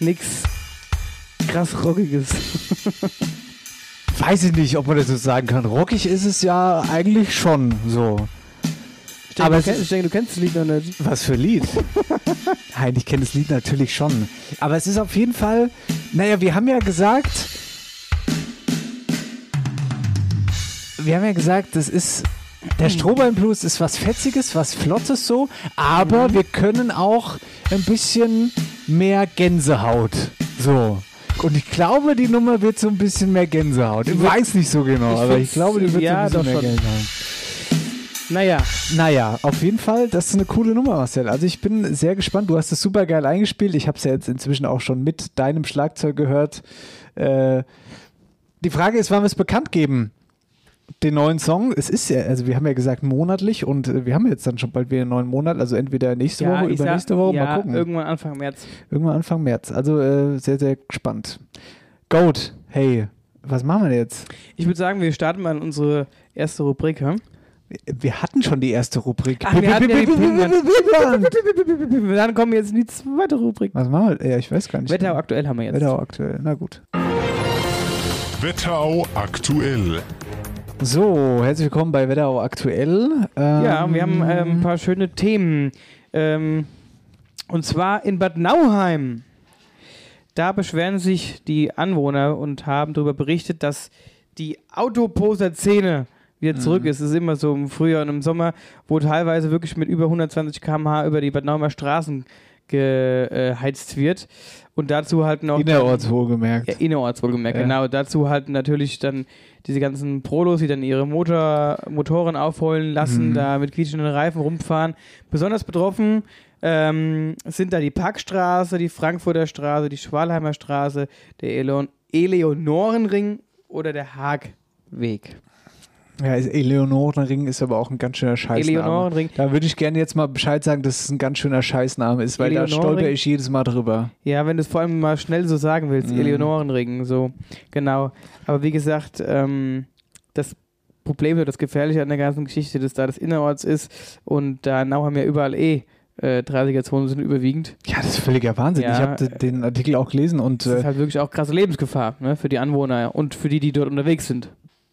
B: nichts krass Rockiges.
A: Weiß ich nicht, ob man das so sagen kann. Rockig ist es ja eigentlich schon so.
B: Ich denke,
A: Aber
B: du,
A: es
B: kennst,
A: ist-
B: ich denke, du kennst das Lied noch nicht.
A: Was für ein Lied? Nein, ich kenne das Lied natürlich schon. Aber es ist auf jeden Fall, naja, wir haben ja gesagt, wir haben ja gesagt, das ist der Strohballenblues ist was Fetziges, was Flottes so, aber wir können auch ein bisschen mehr Gänsehaut. So. Und ich glaube, die Nummer wird so ein bisschen mehr Gänsehaut. Ich weiß nicht so genau, aber ich
B: find's-
A: glaube, die wird
B: ja,
A: so ein
B: doch
A: bisschen mehr
B: schon.
A: Gänsehaut.
B: Naja,
A: Naja, auf jeden Fall, das ist eine coole Nummer, Marcel. Also ich bin sehr gespannt. Du hast es super geil eingespielt. Ich habe es ja jetzt inzwischen auch schon mit deinem Schlagzeug gehört. Äh, die Frage ist, wann wir es bekannt geben, den neuen Song. Es ist ja, also wir haben ja gesagt monatlich und äh, wir haben jetzt dann schon bald wieder einen neuen Monat. Also entweder nächste
B: ja,
A: Woche,
B: ich sag,
A: übernächste Woche,
B: ja,
A: mal gucken.
B: irgendwann Anfang März.
A: Irgendwann Anfang März. Also äh, sehr, sehr gespannt. Goat, hey, was machen wir denn jetzt?
B: Ich würde sagen, wir starten mal in unsere erste Rubrik. Hm?
A: Wir hatten schon die erste Rubrik.
B: Ach, wir hatten ja die Pimmel. Dann kommen jetzt in die zweite Rubrik.
A: Was machen wir? Ja, ich weiß gar nicht.
B: Wetterau aktuell haben wir jetzt.
A: Wetterau aktuell, na gut.
F: Wetterau aktuell.
A: So, herzlich willkommen bei Wetterau aktuell. Ähm,
B: Ja, wir haben ähm, ein paar schöne Themen. Ähm, und zwar in Bad Nauheim. Da beschweren sich die Anwohner und haben darüber berichtet, dass die Autoposer-Szene wieder zurück ist. Es ist immer so im Frühjahr und im Sommer, wo teilweise wirklich mit über 120 km/h über die Bad Nauheimer Straßen geheizt wird. Und dazu halt noch.
A: innerorts wohlgemerkt.
B: Ja, innerorts wohlgemerkt,
A: Ja.
B: genau. Dazu halt natürlich dann diese ganzen Prolos, die dann ihre Motor, Motoren aufheulen lassen, da mit quietschenden Reifen rumfahren. Besonders betroffen ähm, sind da die Parkstraße, die Frankfurter Straße, die Schwalheimer Straße, der Eleon Eleonorenring oder der Haagweg.
A: Ja, ist Eleonorenring ist aber auch ein ganz schöner Scheißname.
B: Eleonorenring.
A: Da würde ich gerne jetzt mal Bescheid sagen, dass es ein ganz schöner Scheißname ist, weil da
B: Eleonorenring.
A: stolper ich jedes Mal drüber.
B: Ja, wenn du es vor allem mal schnell so sagen willst, Eleonorenring, so, genau. Aber wie gesagt, ähm, das Problem oder das Gefährliche an der ganzen Geschichte, dass da das innerorts ist und da in Nauheim ja überall eh äh, 30er-Zonen sind überwiegend.
A: Ja, das ist völliger Wahnsinn.
B: Ja,
A: ich habe
B: äh,
A: den Artikel auch gelesen und
B: Das
A: äh,
B: ist halt wirklich auch krasse Lebensgefahr ne, für die Anwohner und für die, die dort unterwegs sind.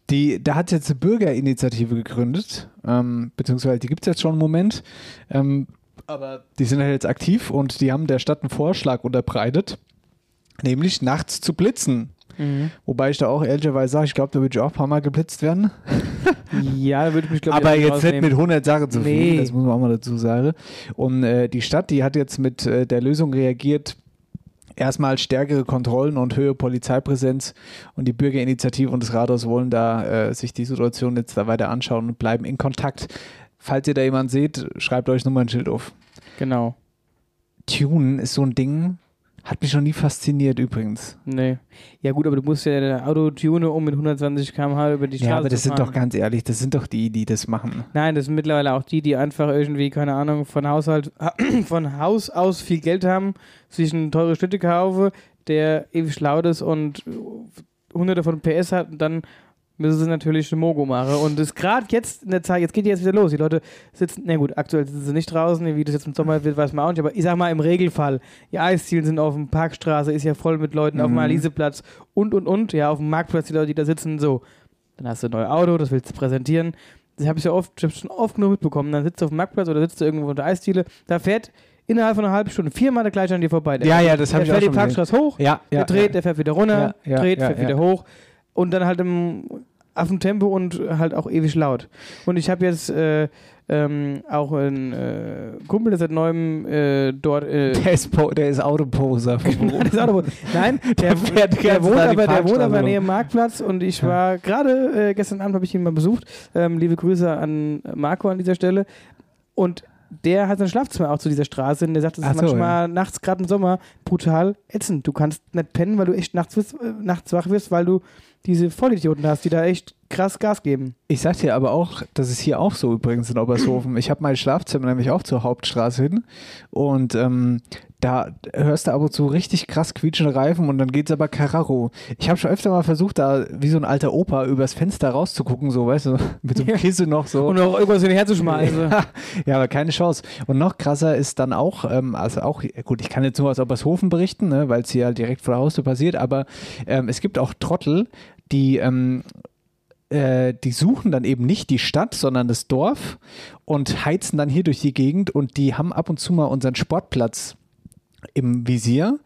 A: Die, da hat jetzt eine Bürgerinitiative gegründet, ähm, beziehungsweise die gibt es jetzt schon einen Moment. Ähm, aber die sind halt jetzt aktiv und die haben der Stadt einen Vorschlag unterbreitet, nämlich nachts zu blitzen. Wobei ich da auch ehrlicherweise sage, ich glaube, da würde ich auch ein paar Mal geblitzt werden.
B: Ja, da würde ich mich, glaube ich,
A: aber
B: auch
A: jetzt nicht mit
B: rausnehmen.
A: 100 Sachen zu viel,
B: Nee.
A: das muss man auch mal dazu sagen. Und äh, die Stadt, die hat jetzt mit äh, der Lösung reagiert, erstmal stärkere Kontrollen und höhere Polizeipräsenz und die Bürgerinitiative und das Rathaus wollen da äh, sich die Situation jetzt da weiter anschauen und bleiben in Kontakt. Falls ihr da jemanden seht, schreibt euch nochmal ein Schild auf.
B: Genau.
A: Tune ist so ein Ding, hat mich noch nie fasziniert übrigens.
B: Nee. Ja, gut, aber du musst ja dein Auto tune, um mit 120 km/h über die Straße
A: ja, aber das
B: zu
A: sind
B: fahren.
A: doch ganz ehrlich, das sind doch die, die das machen.
B: Nein, das sind mittlerweile auch die, die einfach irgendwie, keine Ahnung, von Haushalt, von Haus aus viel Geld haben, sich eine teure Schnitte kaufen, der ewig laut ist und hunderte von PS hat und dann müssen sie natürlich eine Mogo machen. Und es gerade jetzt in der Zeit, jetzt geht die jetzt wieder los. Die Leute sitzen, na gut, aktuell sitzen sie nicht draußen, wie das jetzt im Sommer wird, weiß man auch nicht, aber ich sag mal im Regelfall, die Eiszielen sind auf dem Parkstraße, ist ja voll mit Leuten auf dem Aliseplatz und und und, ja, auf dem Marktplatz, die Leute, die da sitzen, so. Dann hast du ein neues Auto, das willst du präsentieren. Das habe ich ja oft, ich habe schon oft genug mitbekommen. Dann sitzt du auf dem Marktplatz oder sitzt du irgendwo unter Eisdiele, da fährt innerhalb von einer halben Stunde viermal der gleiche an dir vorbei. Der
A: Ja, ja, das
B: der
A: habe ich auch
B: fährt die
A: schon gesehen.
B: Parkstraße hoch,
A: Ja, ja,
B: der dreht,
A: ja.
B: der fährt wieder runter,
A: Ja, ja,
B: dreht,
A: ja,
B: fährt
A: ja.
B: wieder hoch und dann halt im Affentempo und halt auch ewig laut. Und ich habe jetzt äh, ähm, auch einen äh, Kumpel, der seit neuem äh, dort äh,
A: Der ist, Po- der ist Autoposer. vom Beruf.
B: das Auto- Nein, der,
A: Der fährt die
B: der,
A: ganze
B: wohnt
A: Zeit die
B: aber, der wohnt
A: Parkstraße
B: aber
A: rum.
B: näher dem Marktplatz und ich war gerade äh, gestern Abend habe ich ihn mal besucht. Ähm, liebe Grüße an äh, Marco an dieser Stelle. Und der hat sein Schlafzimmer auch zu dieser Straße und der sagt, das ist
A: Ach so,
B: manchmal nachts, gerade im Sommer, brutal ätzend. Du kannst nicht pennen, weil du echt nachts, wirst, äh, nachts wach wirst, weil du diese Vollidioten hast, die da echt krass Gas geben.
A: Ich sag dir aber auch, das ist hier auch so übrigens in Obershofen. Ich habe mein Schlafzimmer nämlich auch zur Hauptstraße hin und ähm, da hörst du ab und zu richtig krass quietschende Reifen und dann geht's aber Carraro. Ich habe schon öfter mal versucht, da wie so ein alter Opa übers Fenster rauszugucken, so, weißt du, mit so einem Kissen noch so.
B: Und auch irgendwas in den Herz zu schmeißen.
A: ja, aber keine Chance. Und noch krasser ist dann auch, ähm, also auch, gut, ich kann jetzt nur aus Obershofen berichten, ne, weil es hier halt direkt vor der Haustür passiert, aber ähm, es gibt auch Trottel, die, ähm, äh, die suchen dann eben nicht die Stadt, sondern das Dorf und heizen dann hier durch die Gegend und die haben ab und zu mal unseren Sportplatz im Visier,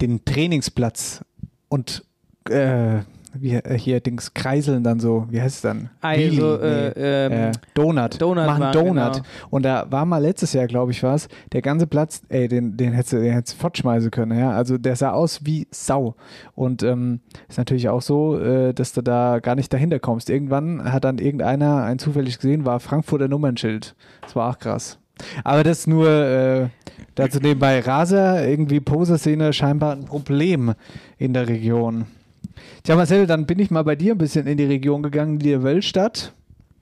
A: den Trainingsplatz und äh, wie, äh, hier Dings kreiseln dann so, wie heißt es dann?
B: Ei, so,
A: Wheelie?
B: äh, ähm,
A: Donut.
B: Donut
A: Machen
B: machen,
A: Donut.
B: genau.
A: Und da war mal letztes Jahr, glaube ich, was, der ganze Platz, ey, den, den hättest du den hättest du fortschmeißen können, ja. Also der sah aus wie Sau. Und ähm, ist natürlich auch so, äh, dass du da gar nicht dahinter kommst. Irgendwann hat dann irgendeiner ein zufällig gesehen, war Frankfurter Nummernschild. Das war auch krass. Aber das nur äh, dazu nebenbei Raser, irgendwie Poser-Szene, scheinbar ein Problem in der Region. Tja, Marcel, dann bin ich mal bei dir ein bisschen in die Region gegangen, die Wellstadt.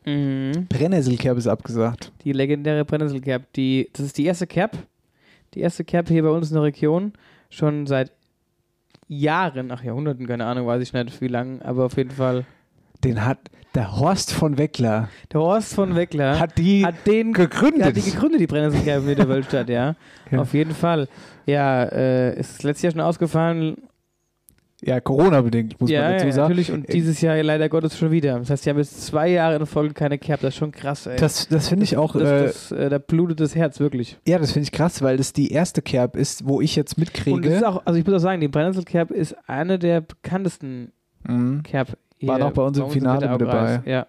B: Mhm.
A: Brennnesselkerb ist abgesagt.
B: Die legendäre Brennnesselcap. Die, das ist die erste Cap. Die erste Cap hier bei uns in der Region. Schon seit Jahren, ach Jahrhunderten, keine Ahnung, weiß ich nicht wie lang, aber auf jeden Fall.
A: Den hat der Horst von Weckler
B: Der Horst von Weckler
A: hat die
B: hat den
A: gegründet.
B: Ja, die gegründet, die Brennnesselkerben in der Weltstadt, ja.
A: Ja.
B: Auf jeden Fall. Ja, äh, ist letztes Jahr schon ausgefallen.
A: ja, Corona-bedingt, muss
B: ja,
A: man dazu
B: ja,
A: sagen. Äh,
B: natürlich. Und dieses Jahr leider Gottes schon wieder. Das heißt, die haben jetzt zwei Jahre in Folge keine Cap. Das ist schon krass, ey.
A: das, das finde ich auch,
B: das,
A: äh,
B: das, äh, da blutet das Herz wirklich.
A: ja, das finde ich krass, weil das die erste Kerb ist, wo ich jetzt
B: Und das ist
A: mitkriege.
B: auch, also ich muss auch sagen, die Brennnesselkerb ist eine der bekanntesten
A: Mhm.
B: Cap. hier
A: Waren auch bei uns im Finale mit
B: Wetteraukreis. Ja.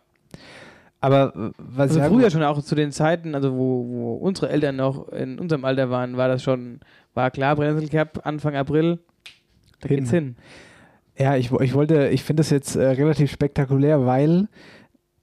A: Aber äh, was
B: Also
A: ich
B: früher schon auch zu den Zeiten, also wo, wo unsere Eltern noch in unserem Alter waren, war das schon, war klar, Brennnesselcap Anfang April, da
A: Hin.
B: geht's hin.
A: Ja, ich, wo- ich wollte, ich finde das jetzt äh, relativ spektakulär, weil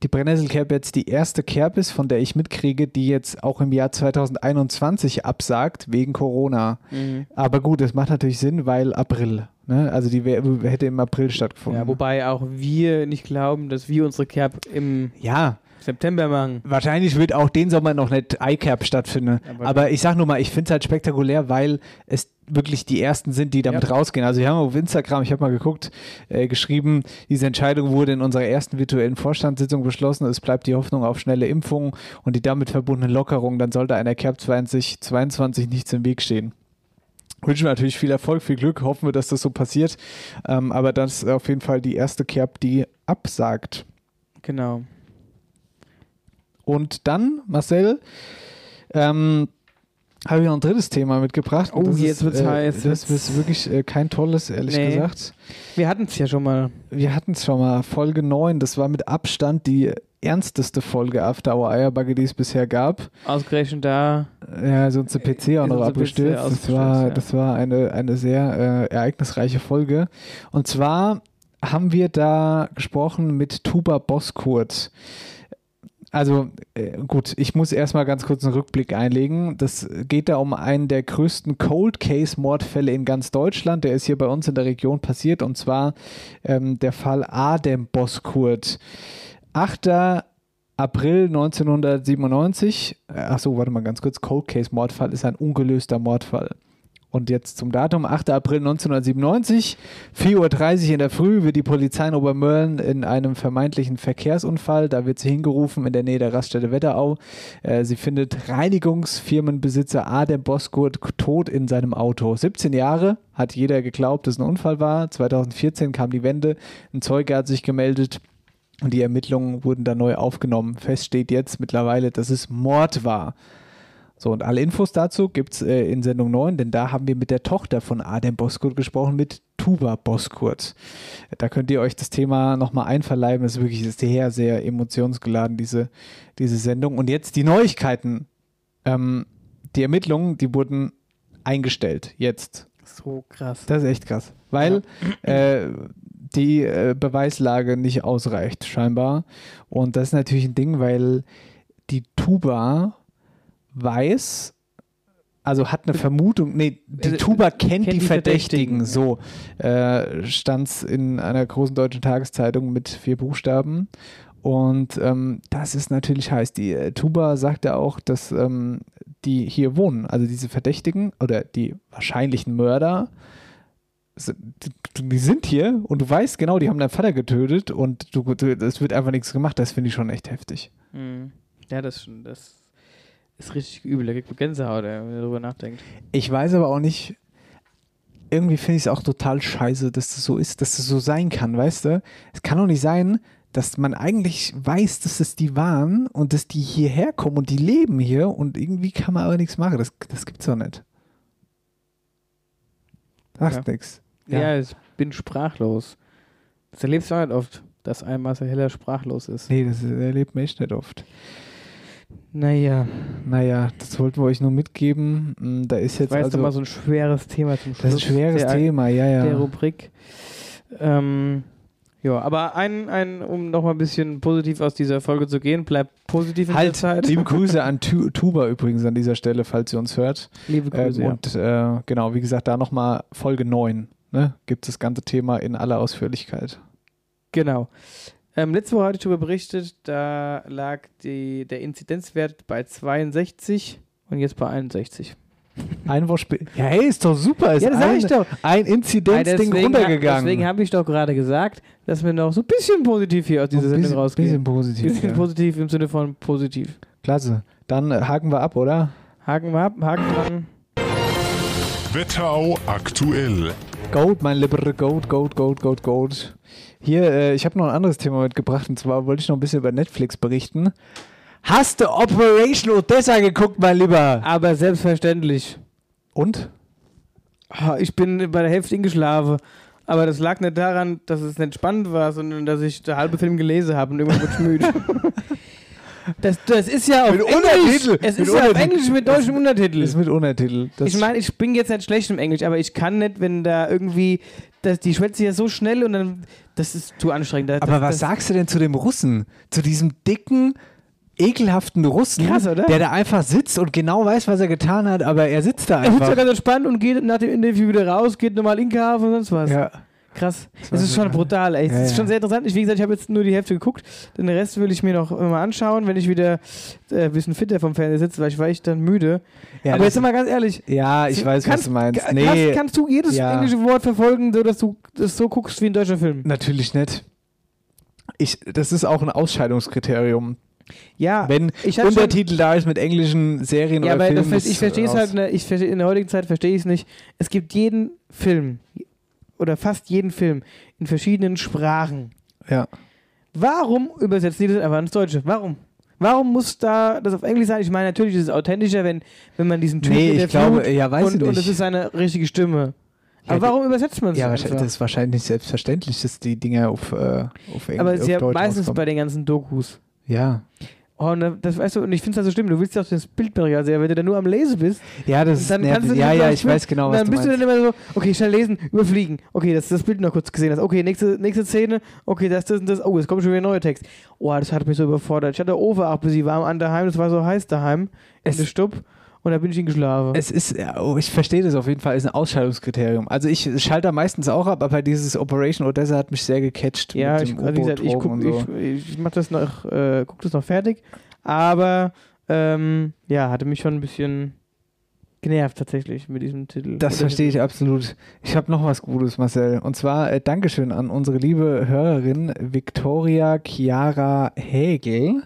A: die Brennnesselkerb jetzt die erste Kerb ist, von der ich mitkriege, die jetzt auch im Jahr 2021 absagt wegen Corona.
B: Mhm.
A: Aber gut, das macht natürlich Sinn, weil April. Ne? Also die wär, hätte im April stattgefunden.
B: Ja, wobei auch wir nicht glauben, dass wir unsere Cap im
A: Ja,
B: September machen.
A: wahrscheinlich wird auch den Sommer noch nicht iCap stattfinden.
B: Aber-
A: Aber, ich sag nur mal, ich finde es halt spektakulär, weil es wirklich die ersten sind, die damit rausgehen. Also wir haben auf Instagram, ich habe mal geguckt, äh, geschrieben, diese Entscheidung wurde in unserer ersten virtuellen Vorstandssitzung beschlossen. Es bleibt die Hoffnung auf schnelle Impfungen und die damit verbundene Lockerung. Dann sollte einer CAP 2022 nichts im Weg stehen. Wünschen wir natürlich viel Erfolg, viel Glück, hoffen wir, dass das so passiert. Ähm, aber das ist auf jeden Fall die erste CAP, die absagt.
B: Genau.
A: Und dann, Marcel, ähm, habe ich noch ein drittes Thema mitgebracht.
B: Oh, jetzt wird's
A: äh,
B: heiß.
A: Das ist wirklich äh, kein tolles, ehrlich
B: Nee.
A: gesagt.
B: Wir hatten es ja schon mal.
A: Wir hatten es schon mal, Folge 9. Das war mit Abstand die ernsteste Folge After Hour Eierbagge, die es bisher gab.
B: Ausgerechnet da.
A: Ja, so unser PC auch
B: Ist
A: noch
B: unser PC
A: abgestürzt. Das
B: ausgestürzt,
A: war,
B: ja.
A: das war eine, eine sehr äh, ereignisreiche Folge. Und zwar haben wir da gesprochen mit Tuba Boskurt. Also äh, gut, ich muss erstmal ganz kurz einen Rückblick einlegen. Das geht da um einen der größten Cold Case Mordfälle in ganz Deutschland. Der ist hier bei uns in der Region passiert und zwar ähm, der Fall Adem Boskurt. 8. April 1997, äh, ach so, warte mal ganz kurz, Cold Case Mordfall ist ein ungelöster Mordfall. Und jetzt zum Datum, 8. April 1997, 4.30 Uhr in der Früh wird die Polizei in Obermörlen in einem vermeintlichen Verkehrsunfall, da wird sie hingerufen in der Nähe der Raststätte Wetterau. Äh, sie findet Reinigungsfirmenbesitzer Adem Boskurt tot in seinem Auto. 17 Jahre hat jeder geglaubt, dass es ein Unfall war. 2014 kam die Wende, ein Zeuge hat sich gemeldet. Und die Ermittlungen wurden dann neu aufgenommen. Fest steht jetzt mittlerweile, dass es Mord war. So, und alle Infos dazu gibt es äh, in Sendung 9, denn da haben wir mit der Tochter von Adem Boskurt gesprochen, mit Tuba Boskurt. Da könnt ihr euch das Thema nochmal einverleiben. Das ist wirklich sehr, sehr emotionsgeladen, diese, diese Sendung. Und jetzt die Neuigkeiten. Ähm, die Ermittlungen, die wurden eingestellt. Jetzt.
B: So krass.
A: Das ist echt krass. Weil äh, die äh, Beweislage nicht ausreicht, scheinbar. Und das ist natürlich ein Ding, weil die Tuba weiß, also hat eine Vermutung, nee, die
B: Also,
A: Tuba kennt, die,
B: die
A: Verdächtigen,
B: Verdächtigen,
A: so äh, stand es in einer großen deutschen Tageszeitung mit vier Buchstaben. Und ähm, das ist natürlich heiß. Die äh, Tuba sagte auch, dass ähm, die hier wohnen, also diese Verdächtigen oder die wahrscheinlichen Mörder, sind- die die sind hier und du weißt genau, die haben deinen Vater getötet und du, du, es wird einfach nichts gemacht. Das finde ich schon echt heftig.
B: Mhm. Ja, das, ist schon- das ist richtig übel. Da kriegt man Gänsehaut, ey, wenn man darüber nachdenkt.
A: Ich weiß aber auch nicht, irgendwie finde ich es auch total scheiße, dass das so ist, dass das so sein kann, weißt du? Es kann doch nicht sein, dass man eigentlich weiß, dass es die waren und dass die hierher kommen und die leben hier und irgendwie kann man aber nichts machen. Das, das gibt's doch nicht. Sagt
B: Ja.
A: nix.
B: Ja,
A: Ja.
B: ich bin sprachlos. Das erlebst du auch nicht oft, dass ein Marcel Heller sprachlos ist.
A: Nee, das erlebt man echt nicht oft.
B: Naja,
A: Naja, das wollten wir euch nur mitgeben. Hm, Da ist jetzt
B: weißt
A: also
B: du mal so ein schweres Thema zum Schluss.
A: das ist ein schweres
B: der,
A: Thema, ja, ja.
B: Der Rubrik. Ähm, ja, aber ein, ein, um nochmal ein bisschen positiv aus dieser Folge zu gehen, bleibt positiv in
A: Halt,
B: der Zeit.
A: liebe Grüße an Tu- Tuba übrigens an dieser Stelle, falls ihr uns hört.
B: Liebe
A: Ähm,
B: Grüße. ja.
A: Und äh, genau, wie gesagt, da nochmal Folge 9. Ne, gibt das ganze Thema in aller Ausführlichkeit.
B: Genau. Ähm, letzte Woche hatte ich darüber berichtet, da lag die, der Inzidenzwert bei 62 und jetzt bei 61.
A: Ein Woche später. Ja, hey, ist doch super. Ist
B: Ja, das sag
A: ein,
B: ich doch.
A: ein Inzidenzding runtergegangen.
B: deswegen habe ich doch gerade gesagt, dass wir noch so ein bisschen positiv hier aus dieser
A: Ein
B: Sendung
A: bisschen,
B: rausgehen.
A: bisschen positiv.
B: Bisschen
A: ja.
B: positiv im Sinne von positiv.
A: Klasse. Dann äh, haken wir ab, oder?
B: Haken wir ab, Haken dran.
F: Wetterau aktuell.
A: Gold, mein Lieber, Gold, Gold, Gold, Gold, Gold. Hier, äh, ich habe noch ein anderes Thema mitgebracht und zwar wollte ich noch ein bisschen über Netflix berichten. Hast du Operation Odessa geguckt, mein Lieber?
B: Aber selbstverständlich.
A: Und?
B: Ah, Ich bin bei der Hälfte hingeschlafen. Aber das lag nicht daran, dass es nicht spannend war, sondern dass ich den halben Film gelesen habe und irgendwann wurde ich müde. Das, das ist ja auf
A: Mit
B: Englisch.
A: Untertitel.
B: Es
A: Mit
B: ist ja auf
A: Untertitel.
B: Englisch mit deutschem Untertitel.
A: Ist mit Untertitel. Das
B: Ich meine, ich bin jetzt nicht schlecht im Englisch, aber ich kann nicht, wenn da irgendwie, das, die schwätzt ja so schnell und dann, das ist zu anstrengend. Da-
A: Aber
B: das,
A: was
B: das,
A: sagst du denn zu dem Russen? Zu diesem dicken, ekelhaften Russen,
B: Krass, oder?
A: der da einfach sitzt und genau weiß, was er getan hat, aber er sitzt da
B: Er wird sogar
A: einfach.
B: ganz entspannt und geht nach dem Interview wieder raus, geht nochmal in den Hafen und sonst was.
A: Ja.
B: Krass.
A: war
B: Das ist schon
A: sogar-
B: brutal, ey.
A: Ja,
B: das ist
A: ja.
B: schon sehr interessant. Ich, wie gesagt, ich habe jetzt nur die Hälfte geguckt. Den Rest will ich mir noch mal anschauen, wenn ich wieder äh, ein bisschen fitter vom Fernseher sitze, weil ich war ich dann müde.
A: Ja,
B: aber
A: das-
B: jetzt mal ganz ehrlich.
A: ja, ich weiß, was
B: kannst,
A: du meinst.
B: ka-
A: Nee,
B: Kannst, kannst du jedes
A: Ja.
B: englische Wort verfolgen, so dass du das so guckst wie ein deutscher Film?
A: natürlich nicht. Ich, das ist auch ein Ausscheidungskriterium.
B: Ja.
A: Wenn
B: ich hatte schon-
A: Untertitel da ist mit englischen Serien
B: Ja,
A: oder
B: aber
A: Filmen.
B: das, ver-
A: ist
B: ich verstehe es
A: raus.
B: halt, ne, ich versteh, in der heutigen Zeit verstehe ich es nicht. Es gibt jeden Film oder fast jeden Film in verschiedenen Sprachen.
A: Ja.
B: Warum übersetzt die das einfach ins Deutsche? Warum? Warum muss da das auf Englisch sein? Ich meine, natürlich ist es authentischer, wenn, wenn man diesen Typ
A: Nee, ich
B: interviewt
A: glaube, ja, weiß
B: und,
A: ich
B: und
A: nicht.
B: es ist seine richtige Stimme.
A: Ja,
B: Aber warum übersetzt man es
A: ja, wahrscheinlich-
B: einfach?
A: das ist wahrscheinlich selbstverständlich, dass die Dinger auf, äh, auf Englisch
B: Aber es
A: auf
B: ist ja
A: Deutsch
B: meistens
A: rauskommen.
B: bei den ganzen Dokus.
A: ja.
B: Oh, und da- das weißt du, und ich finde es ja so schlimm, du willst ja auch das Bildmaterial sehen, aber wenn du da nur am Lesen bist,
A: ja, das ist
B: dann kannst du
A: nervig. Ja,
B: nicht
A: ja,
B: mal
A: ich
B: spüren.
A: weiß genau,
B: Und
A: was
B: dann
A: du
B: bist
A: meinst.
B: du dann immer so, okay, schnell lesen, überfliegen. Okay, dass du das Bild noch kurz gesehen hast. Okay, nächste, nächste Szene. Okay, das, das und das. Oh, jetzt kommt schon wieder ein neuer Text. Oh, das hat mich so überfordert. Ich hatte Over ab, sie warm an daheim. Das war so heiß daheim.
A: Es-
B: Es ist Stupp. Und da bin ich hingeschlafen.
A: Es ist, ja, oh, ich verstehe das auf jeden Fall, ist ein Ausscheidungskriterium. Also ich schalte da meistens auch ab, aber dieses Operation Odessa hat mich sehr gecatcht.
B: ja,
A: mit
B: ich,
A: dem
B: also wie gesagt, ich,
A: U-Boot-Drogen
B: guck,
A: und so.
B: ich, ich mach das noch, äh, guck das noch fertig. Aber, ähm, ja, hatte mich schon ein bisschen genervt tatsächlich mit diesem Titel.
A: Das
B: Oder-
A: verstehe ich absolut. Ich habe noch was Gutes, Marcel. Und zwar äh, Dankeschön an unsere liebe Hörerin Victoria Chiara Hägel,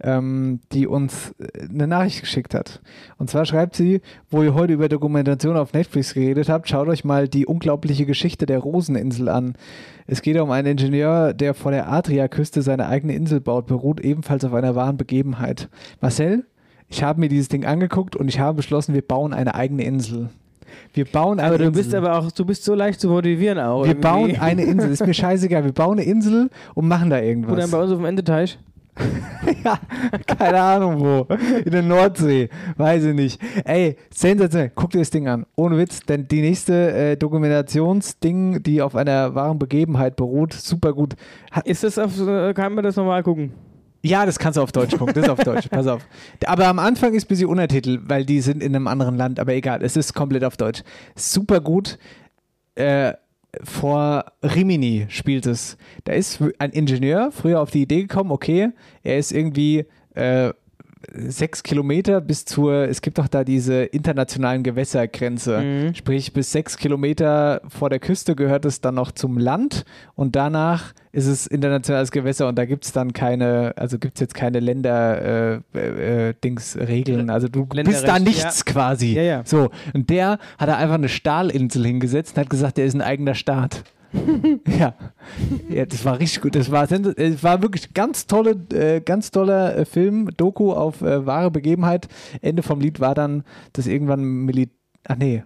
A: ähm, die uns äh, eine Nachricht geschickt hat. Und zwar schreibt sie, wo ihr heute über Dokumentation auf Netflix geredet habt, schaut euch mal die unglaubliche Geschichte der Roseninsel an. Es geht um einen Ingenieur, der vor der Adriaküste seine eigene Insel baut, beruht ebenfalls auf einer wahren Begebenheit. Marcel, ich habe mir dieses Ding angeguckt und ich habe beschlossen, wir bauen eine eigene Insel. Wir bauen eine
B: Aber du
A: Insel.
B: bist aber auch, du bist so leicht zu motivieren auch.
A: wir
B: irgendwie.
A: bauen eine Insel. Ist mir scheißegal. Wir bauen eine Insel und machen da
B: Oder dann
A: irgendwas.
B: bei uns auf dem Endeteich.
A: ja, keine Ahnung wo. In der Nordsee. Weiß ich nicht. Ey, sensationell. Guck dir das Ding an. Ohne Witz. Denn die nächste äh, Dokumentationsding, die auf einer wahren Begebenheit beruht, super gut. Ha
B: Ist das auf, äh, kann man das nochmal gucken?
A: ja, das kannst du auf Deutsch gucken. Das ist auf Deutsch. Pass auf. Aber am Anfang ist ein bisschen Untertitel, weil die sind in einem anderen Land. Aber egal. Es ist komplett auf Deutsch. Super gut. äh, vor Rimini spielt es. Da ist ein Ingenieur früher auf die Idee gekommen, okay, er ist irgendwie äh, sechs Kilometer bis zur, es gibt doch da diese internationalen Gewässergrenze,
B: Mhm.
A: sprich bis sechs Kilometer vor der Küste gehört es dann noch zum Land und danach ist es internationales Gewässer und da gibt es dann keine, also gibt es jetzt keine Länder-Dings, äh, äh, Dings, Regeln, also du bist da
B: Länderrecht,
A: nichts
B: ja.
A: quasi.
B: Ja, ja.
A: So, und der hat da einfach eine Stahlinsel hingesetzt und hat gesagt, der ist ein eigener Staat. ja. ja, das war richtig gut. Das war, sens- es war wirklich ganz tolle, äh, ganz toller äh, Film, Doku auf äh, wahre Begebenheit. Ende vom Lied war dann, dass irgendwann Milit... Ach nee,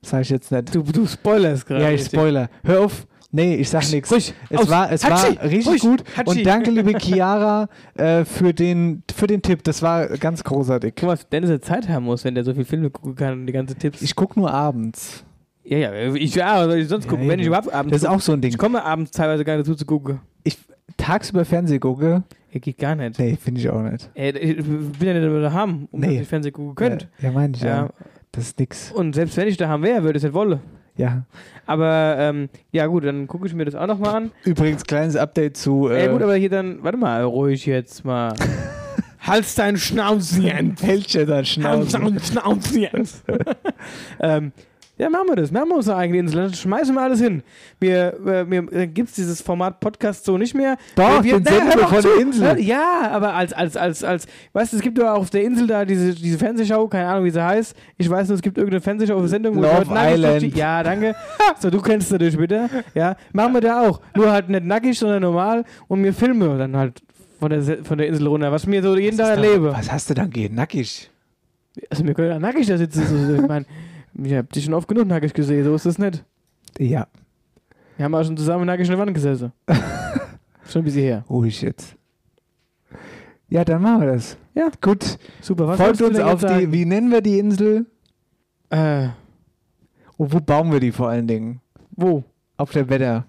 A: sag ich jetzt nicht.
B: Du, du spoilerst gerade.
A: ja, ich spoiler. Hör auf, Nee, ich sag nichts.
B: Ruhig,
A: Es
B: aus.
A: war, es
B: Hatschi,
A: war richtig
B: ruhig,
A: gut.
B: Hatschi.
A: Und danke, liebe Chiara, äh, für, den, für den Tipp. Das war ganz großartig.
B: Guck mal, was Dennis jetzt Zeit haben muss, wenn der so viel Filme gucken kann und die ganzen Tipps.
A: Ich guck nur abends.
B: ja, ja, ich, ja, was soll ich sonst gucken,
A: Ja,
B: wenn ich
A: eben.
B: überhaupt abends
A: Das ist
B: gucke.
A: auch so ein Ding.
B: Ich komme abends teilweise gar nicht dazu zu gucken.
A: Ich tagsüber Fernseh gucke.
B: Ja, geht gar nicht.
A: Nee, finde ich auch nicht.
B: Ey, ich bin ja nicht immer daheim, um
A: Nee.
B: dass ich Fernsehen gucken könnte.
A: Ja, ja meine ich ja.
B: Ja.
A: Das ist nix.
B: Und selbst wenn ich daheim wäre, würde ich es nicht wollen.
A: Ja.
B: Aber ähm, ja gut, dann gucke ich mir das auch nochmal an.
A: Übrigens, kleines Update zu. Äh,
B: ja gut, aber hier dann, warte mal, ruhig jetzt mal. Hals
A: Halt
B: deinen Schnauzen jetzt.
A: Hältchen da
B: Hals
A: Schnauze.
B: deinen Schnauzen jetzt. ähm, ja, machen wir das. Machen wir unsere eigene Insel. Dann schmeißen wir alles hin. Wir, äh, mir äh, gibt's dieses Format Podcast so nicht mehr.
A: Doch,
B: wir, wir,
A: den
B: Na, hör
A: senden wir
B: doch
A: von
B: zu.
A: der Insel.
B: Ja, aber als, als, als, als, weißt du, es gibt ja auf der Insel da diese, diese Fernsehshow, keine Ahnung, wie sie heißt. Ich weiß nur, es gibt irgendeine Fernsehshow auf Sendung, wo die
A: Love
B: Leute nackig
A: Island.
B: durchs die- Ja, danke. so, du kennst natürlich bitte. Ja, machen wir da auch. Nur halt nicht nackig, sondern normal und mir Filme dann halt von der, Se- von der Insel runter, was mir so jeden Tag erlebe.
A: Was hast du dann gegen nackig?
B: Also, mir können ja nackig da sitzen. So, so, ich meine, ich hab dich schon oft genug nackig gesehen, so ist das nicht.
A: Ja,
B: Wir haben auch schon zusammen nackig in der Wanne gesessen. schon ein bisschen her.
A: ruhig jetzt. oh, Ja, dann machen wir das.
B: Ja.
A: Gut.
B: Super, was
A: Folgt
B: wolltest du
A: uns
B: denn
A: auf
B: jetzt
A: die.
B: sagen?
A: Wie nennen wir die Insel?
B: Äh,
A: Und wo bauen wir die vor allen Dingen?
B: wo?
A: Auf der Wetter.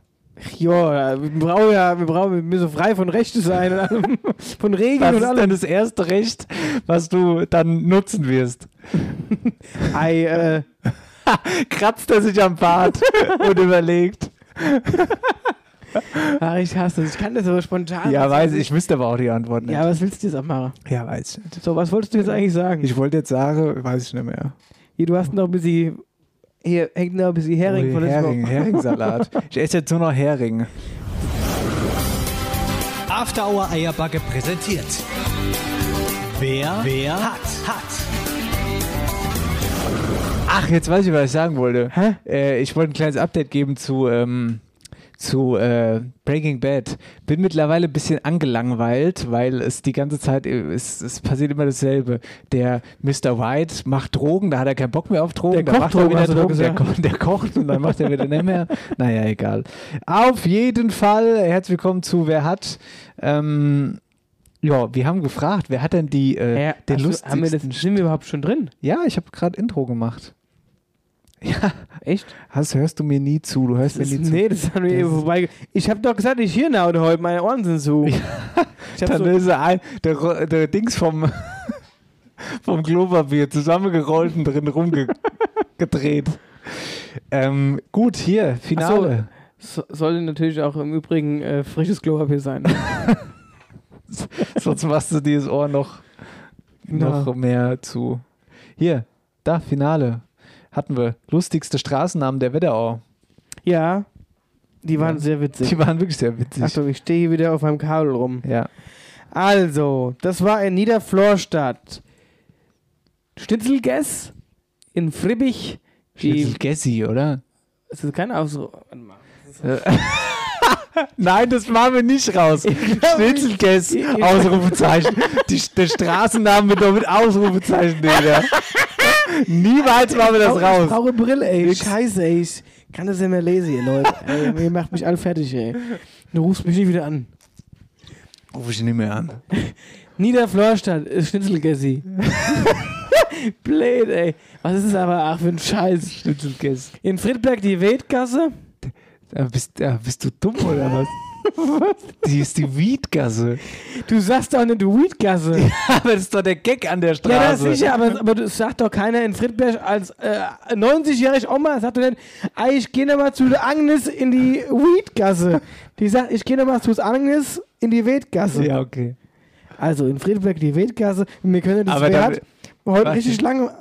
B: Ja, äh, wir brauchen ja, wir brauchen, wir müssen frei von Rechten sein und allem, von Regeln
A: Was
B: und
A: ist
B: allem.
A: denn das erste Recht, was du dann nutzen wirst?
B: Ei, äh,
A: Kratzt er sich am Bart und überlegt.
B: ach, ich hasse das. Ich kann das aber spontan.
A: Ja, weiß ich, ich wüsste aber auch die Antwort nicht.
B: Ja, was willst du jetzt auch machen?
A: ja weiß ich nicht.
B: So, was wolltest du jetzt eigentlich sagen?
A: Ich wollte jetzt sagen, weiß ich nicht mehr.
B: Hier, du hast noch ein bisschen, hier hängt noch ein bisschen Hering
A: Oh,
B: von letzter
A: Hering,
B: Woche.
A: Heringsalat. ich esse jetzt nur noch Hering.
F: After Hour Eierbacke präsentiert. Wer, wer hat, hat.
A: Ach, jetzt weiß ich, was ich sagen wollte.
B: Hä?
A: Äh, ich wollte ein kleines Update geben zu, ähm, zu äh, Breaking Bad. Bin mittlerweile ein bisschen angelangweilt, weil es die ganze Zeit, äh, es, es passiert immer dasselbe. Der Mr. White macht Drogen, da hat er keinen Bock mehr auf Drogen.
B: Der
A: da
B: kocht
A: macht er
B: Drogen,
A: wieder
B: hast du doch
A: Drogen, der,
B: gesagt.
A: ko der kocht und dann macht er wieder nicht mehr. Naja, egal. Auf jeden Fall, herzlich willkommen zu Wer hat. Ähm, ja, wir haben gefragt, wer hat denn die, äh,
B: Ja,
A: den
B: hast du- haben wir das,
A: lustigsten...
B: sind wir überhaupt schon drin?
A: ja, ich habe gerade Intro gemacht. Ja,
B: Echt?
A: hast, hörst du mir nie zu. Du hörst mir
B: Das,
A: nie zu.
B: nee, das haben wir eben vorbei. Ich habe doch gesagt, ich hier und heute, meine Ohren sind zu.
A: Ja.
B: Ich hab
A: Dann
B: so,
A: ist er ein, der, Ro- der Dings vom, vom Klopapier zusammengerollt und drin rumgedreht. ähm, gut, hier, Finale.
B: so, sollte natürlich auch im Übrigen äh, frisches Klopapier sein.
A: Sonst machst du dieses Ohr noch,
B: Genau.
A: noch mehr zu. Hier, da, Finale. Hatten wir. Lustigste Straßennamen der Wetterau.
B: Ja, die waren
A: Ja.
B: sehr witzig.
A: Die waren wirklich sehr witzig.
B: Achtung, ich stehe hier wieder auf meinem Kabel rum.
A: Ja.
B: Also, das war in Niederflorstadt. Schnitzelgess in Fribbich. Die,
A: Gessi, oder?
B: das ist keine Ausrufe. Warte mal.
A: Nein, das machen wir nicht raus. Schnitzelgess,
B: ich-
A: Ausrufezeichen. Die, der Straßenname wird doch mit Ausrufezeichen, Digga. Niemals machen wir das
B: Ich brauche-
A: raus.
B: Ich brauche Brille, ey.
A: Nix.
B: Scheiße, ey. Ich kann das nicht mehr lesen, ihr Leute. ey, ihr macht mich alle fertig, ey. Du rufst mich nicht wieder an.
A: Ruf ich nicht mehr an.
B: Niederflorstadt ist Schnitzelgessi. Blöd, ey. Was ist das aber ach für ein Scheiß?
A: Schnitzelgess.
B: In Friedberg die Weltgasse.
A: Da Äh, bist, da bist du dumm, oder was? Die ist die Wiedgasse.
B: Du sagst doch nicht Weedgasse.
A: Aber das ist doch der Gag an der
B: Ja, das
A: Straße.
B: ist sicher, aber, aber das sagt doch keiner in Friedberg als äh, 90-jährige Oma, sagt doch nicht, "Ei, ich gehe nochmal zu der Agnes in die Weedgasse. Die sagt, ich gehe nochmal zu der Agnes in die Weedgasse.
A: Ja, okay.
B: Also in Friedberg die Weedgasse, wir können das
A: Aber
B: wer
A: da-
B: hat, heute
A: Warte.
B: richtig lange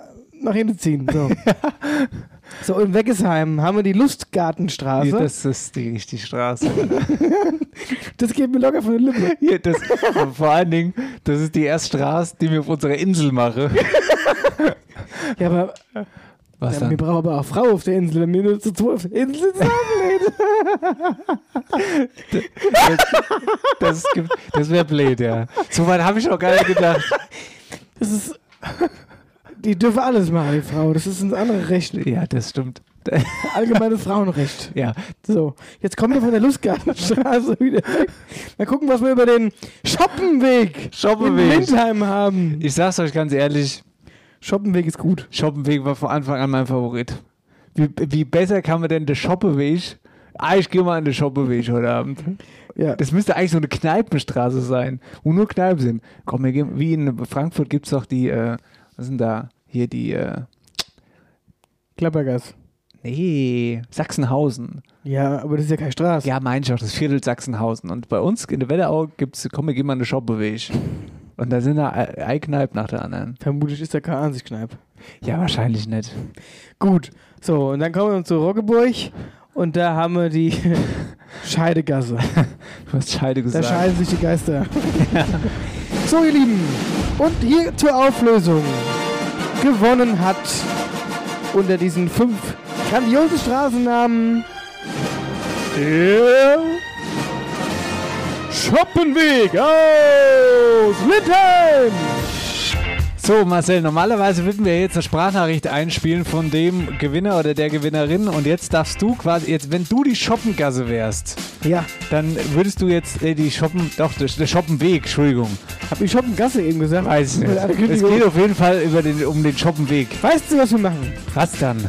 B: nach hinten ziehen. So. so, in Weggesheim haben wir die Lustgartenstraße. Das,
A: Das ist die richtige Straße.
B: geht mir locker von den Lippen.
A: Hier, das, vor allen Dingen, das ist die erste Straße, die wir auf unserer Insel machen.
B: Ja, aber
A: Was
B: ja, wir brauchen aber auch Frau auf der Insel, wenn wir nur zu zweit auf der Insel zusammenleben.
A: Das, gibt- das wäre blöd, ja. So weit habe ich auch gar nicht gedacht.
B: Das ist. Die dürfen alles machen, die Frau. Das ist ein anderes Recht.
A: Ja, das stimmt.
B: Allgemeine Frauenrecht.
G: Ja.
B: So, jetzt kommen wir von der Lustgartenstraße wieder weg. Mal gucken, was wir über den Schoppenweg,
G: Schoppenweg.
B: in Windheim haben.
G: Ich sag's euch ganz ehrlich,
B: Schoppenweg ist gut.
G: Schoppenweg war von Anfang an mein Favorit. Wie, wie besser kann man denn den Schoppeweg? Ah, ich gehe mal an den Schoppeweg heute Abend.
B: Ja.
G: Das müsste eigentlich so eine Kneipenstraße sein, wo nur Kneipen sind. Komm, wir gehen, wie in Frankfurt gibt's doch die, äh, was sind da? Hier die, äh,
B: Klappergas.
G: nee, Sachsenhausen.
B: Ja, aber das ist ja keine Straße.
G: Ja, mein ich auch, das Viertel Sachsenhausen. Und bei uns in der Wetterau gibt's, komm, wir gehen mal an den Schoppeweg. Und da sind da eine Kneipe nach der anderen.
B: Vermutlich ist da keine Ansichtskneipe.
G: Ja, wahrscheinlich nicht.
B: Gut, so, und dann kommen wir zu Roggeburg und da haben wir die Scheidegasse.
G: Du hast Scheide
B: Da
G: gesagt.
B: scheiden sich die Geister. So, ihr Lieben, und hier zur Auflösung. Gewonnen hat unter diesen fünf grandiosen Straßennamen der Schoppenweg aus Lindheim.
G: So, Marcel, normalerweise würden wir jetzt eine Sprachnachricht einspielen von dem Gewinner oder der Gewinnerin. Und jetzt darfst du quasi, jetzt, wenn du die Schoppengasse wärst,
B: Ja,
G: dann würdest du jetzt äh, die Shoppen, doch, der der Shoppenweg, Entschuldigung.
B: hab ich Schoppengasse eben gesagt.
G: Weiß ich
B: Mit einer
G: nicht. Es
B: Kündigung.
G: geht auf jeden Fall über den, um den Shoppenweg.
B: Weißt du, was wir machen?
G: Was dann?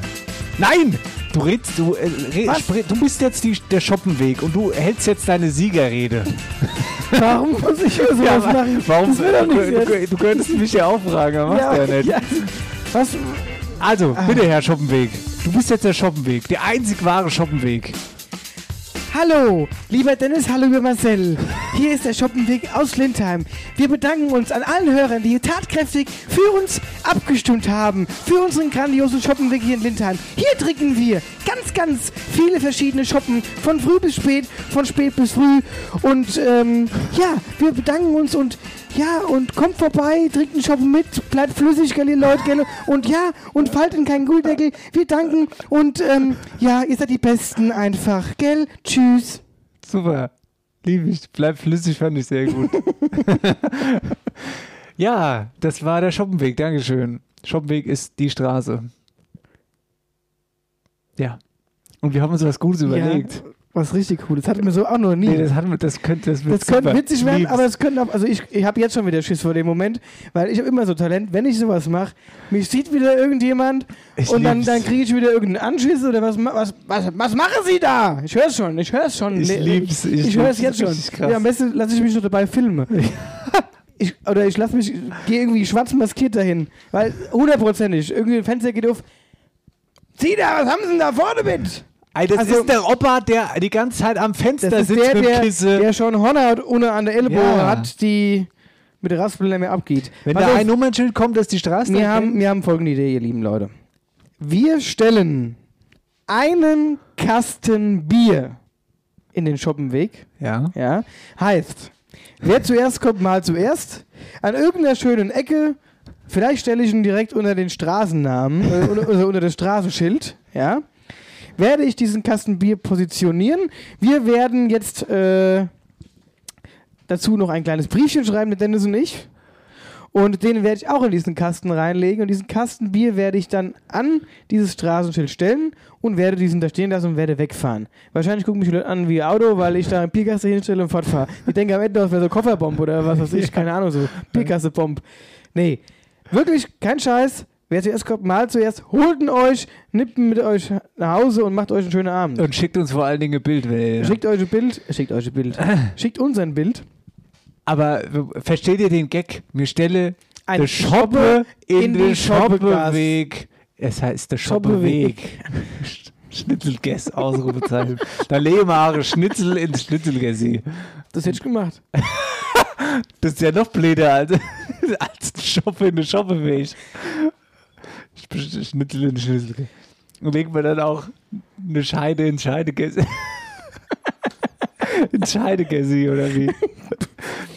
G: Nein! Du redst, du, äh, red,
B: Was?
G: spre- du bist jetzt die, der Shoppenweg und du hältst jetzt deine Siegerrede.
B: Warum muss ich hier sowas machen?
G: Warum?
B: Das wird doch nichts
G: du, du,
B: jetzt.
G: du könntest mich ja auch fragen, aber machst du ja nicht.
B: ja. Was?
G: Also, bitte, Herr Schoppenweg. Du bist jetzt der Schoppenweg, der einzig wahre Schoppenweg.
B: Hallo, lieber Dennis, hallo lieber Marcel. Hier ist der Shoppenweg aus Lindheim. Wir bedanken uns an allen Hörern, die tatkräftig für uns abgestimmt haben, für unseren grandiosen Shoppenweg hier in Lindheim. Hier trinken wir ganz, ganz viele verschiedene Shoppen, von früh bis spät, von spät bis früh. Und ähm, ja, wir bedanken uns und ja, und kommt vorbei, trinkt einen Shoppen mit, bleibt flüssig, gell, ihr Leute, gell. Und ja, und falten keinen Guldeckel. Wir danken und ähm, ja, ihr seid die Besten einfach, gell. Tschüss.
G: Super. Lieb ich. Bleib flüssig, fand ich sehr gut. ja, das war der Schoppenweg. Dankeschön. Schoppenweg ist die Straße. Ja. Und wir haben uns was Gutes überlegt.
B: Was richtig cool. Das hatten wir so auch noch nie.
G: Nee, das, hatten wir, das könnte das wird
B: Das könnte
G: super.
B: witzig werden,
G: Lieb's.
B: aber es könnte auch. Also ich, ich habe jetzt schon wieder Schiss vor dem Moment, weil ich habe immer so Talent, wenn ich sowas mache, mich sieht wieder irgendjemand
G: Ich
B: und dann,
G: lieb's.
B: dann kriege ich wieder irgendeinen Anschiss oder was, ma- was, was, was machen Sie da? Ich höre es schon, ich höre es schon.
G: Ich lieb's, ich
B: Ich, höre es
G: lieb's,
B: jetzt schon.
G: richtig krass.
B: Ja, am besten lasse ich mich noch dabei filmen. Ich, oder ich lasse mich, gehe irgendwie schwarz maskiert dahin, weil hundertprozentig, irgendwie ein Fenster geht auf. Sie da, was haben Sie denn da vorne mit?
G: Ey, das
B: also-
G: ist der Opa, der die ganze Zeit am Fenster
B: Das ist
G: sitzt
B: der,
G: mit dem
B: der,
G: Kissen.
B: der schon Hornhaut ohne an der Ellbogen
G: Ja.
B: hat, die mit der Raspel nicht mehr abgeht.
G: Wenn
B: Pass
G: da
B: auf,
G: ein Nummernschild kommt, ist die Straße.
B: wir, haben, wir haben folgende Idee, ihr lieben Leute. Wir stellen einen Kasten Bier in den Schoppenweg.
G: ja.
B: Ja? Heißt, wer zuerst kommt, mal zuerst. An irgendeiner schönen Ecke, vielleicht stelle ich ihn direkt unter den Straßennamen, äh, unter, also unter das Straßenschild, ja, werde ich diesen Kasten Bier positionieren. Wir werden jetzt äh, dazu noch ein kleines Briefchen schreiben, der Dennis und ich. Und den werde ich auch in diesen Kasten reinlegen. Und diesen Kasten Bier werde ich dann an dieses Straßenschild stellen und werde diesen da stehen lassen und werde wegfahren. Wahrscheinlich gucken mich die Leute an wie Auto, weil ich da eine Bierkasse hinstelle und fortfahre. Die denken am Ende, das wäre so Kofferbomb oder was weiß ich. Keine Ahnung, so Bierkassebomb. Nee, wirklich kein Scheiß. Wer zuerst kommt, mal zuerst, holt ihn euch, nimmt ihn mit euch nach Hause und macht euch einen schönen Abend.
G: Und schickt uns vor allen Dingen ein Bild, wenn ihr
B: Schickt euch ein Bild, schickt euch ein Bild, schickt uns ein Bild.
G: Aber äh, versteht ihr den Gag? Mir stelle
B: Ein
G: der Schoppe in,
B: in
G: den
B: die Schoppegast.
G: Schoppeweg. Es heißt der Schoppeweg. Schnitzelgess, Ausrufezeichen. da leben Haare Schnitzel in Schnitzelgessi.
B: Das hätte ich gemacht.
G: Das ist ja noch blöder als, als ein Schoppe in den Schoppeweg. Sch- Schnitzel in Schnitzelgessi. Und legt man dann auch eine Scheide in Scheidegessi. in Scheidegessi oder wie?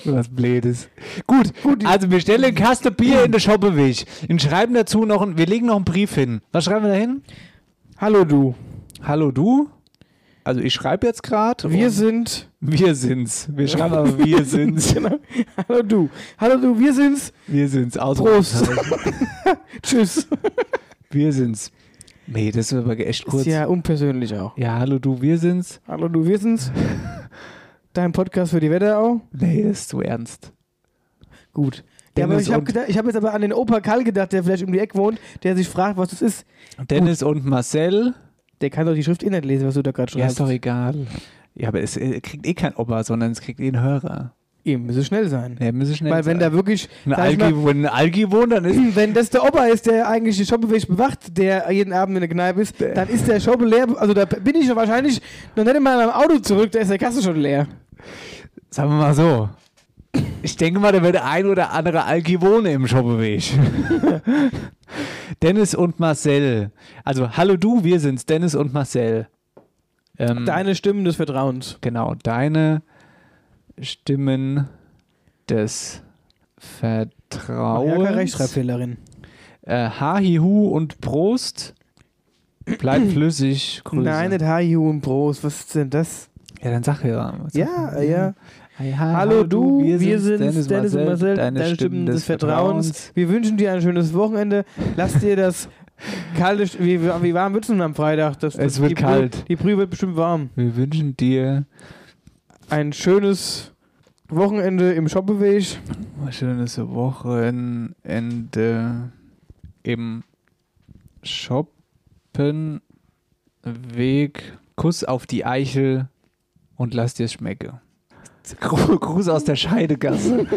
G: Was Blödes. Gut, also wir stellen einen Kasten Bier in den Schoppeweg und schreiben dazu noch, ein, wir legen noch einen Brief hin. Was schreiben wir da hin?
B: Hallo du,
G: Hallo du? Also ich schreibe jetzt gerade.
B: wir
G: und
B: sind...
G: wir sind's. Wir schreiben aber wir sind's.
B: genau. Hallo du. Hallo du, wir sind's.
A: Also,
G: Wir sind's. Aus
B: Prost. Tschüss.
G: Wir sind's.
A: Nee, das ist aber echt kurz.
B: Ist ja unpersönlich auch.
A: Ja, hallo du, wir sind's.
B: Hallo, du wissen's. Dein Podcast für die Wetterau.
A: Nee, das ist zu ernst.
B: Gut. Ja, aber
A: Dennis
B: ich habe
A: und-
B: hab jetzt aber an den Opa Karl gedacht, der vielleicht um die Ecke wohnt, der sich fragt, was das ist.
A: Dennis und Marcel.
B: Der kann doch die Schrift eh nicht lesen, was du da gerade
A: Ja,
B: schreibst.
A: ist doch egal. Ja, aber es äh, kriegt eh kein Opa, sondern es kriegt eh einen Hörer.
B: Eben, müssen schnell sein.
A: Der müssen schnell
B: Weil wenn da
A: sein.
B: wirklich,
A: ein
B: sag ich
A: Algi, wenn ein Algi wohnt, dann ist.
B: mal, wenn das der Opa ist, der eigentlich den Shopbeweg bewacht, der jeden Abend in der Kneipe ist, dann ist der Shop leer. Also da bin ich wahrscheinlich noch nicht mal in meinem Auto zurück, da ist der Kasse schon leer.
A: Sagen wir mal so. Ich denke mal, da wird der ein oder andere Algi wohnen im Schoppeweg. Dennis und Marcel. Also, hallo du, wir sind's, Dennis und Marcel. Ähm,
B: Deine Stimmen des Vertrauens.
A: Genau, deine Stimmen des Vertrauens.
B: Ja, keine Rechtschreibfehlerin.
A: äh, Hahihu und Prost. Bleib flüssig. Grüße.
B: Nein, nicht Hi, Hu und Bros. Was ist denn das?
A: Ja, dann sag ja. Was
B: Ja,
A: sag-
B: äh, ja.
A: Hi, hi,
B: Hallo du, wir, sind Dennis, und Marcel,
A: deine, Stimmen des, Vertrauens.
B: Wir wünschen dir ein schönes Wochenende. Lass dir das kalte. Sch- Wie, wie warm wird es denn am Freitag? Das, das,
A: Es wird
B: die Brühe-
A: kalt.
B: Die Brühe wird bestimmt warm.
A: Wir wünschen dir
B: Ein schönes Wochenende im Shoppeweg.
A: ein schönes Wochenende im Shoppenweg. Kuss auf die Eichel und lass dir's schmecke. Gru- Gruß aus der Scheidegasse.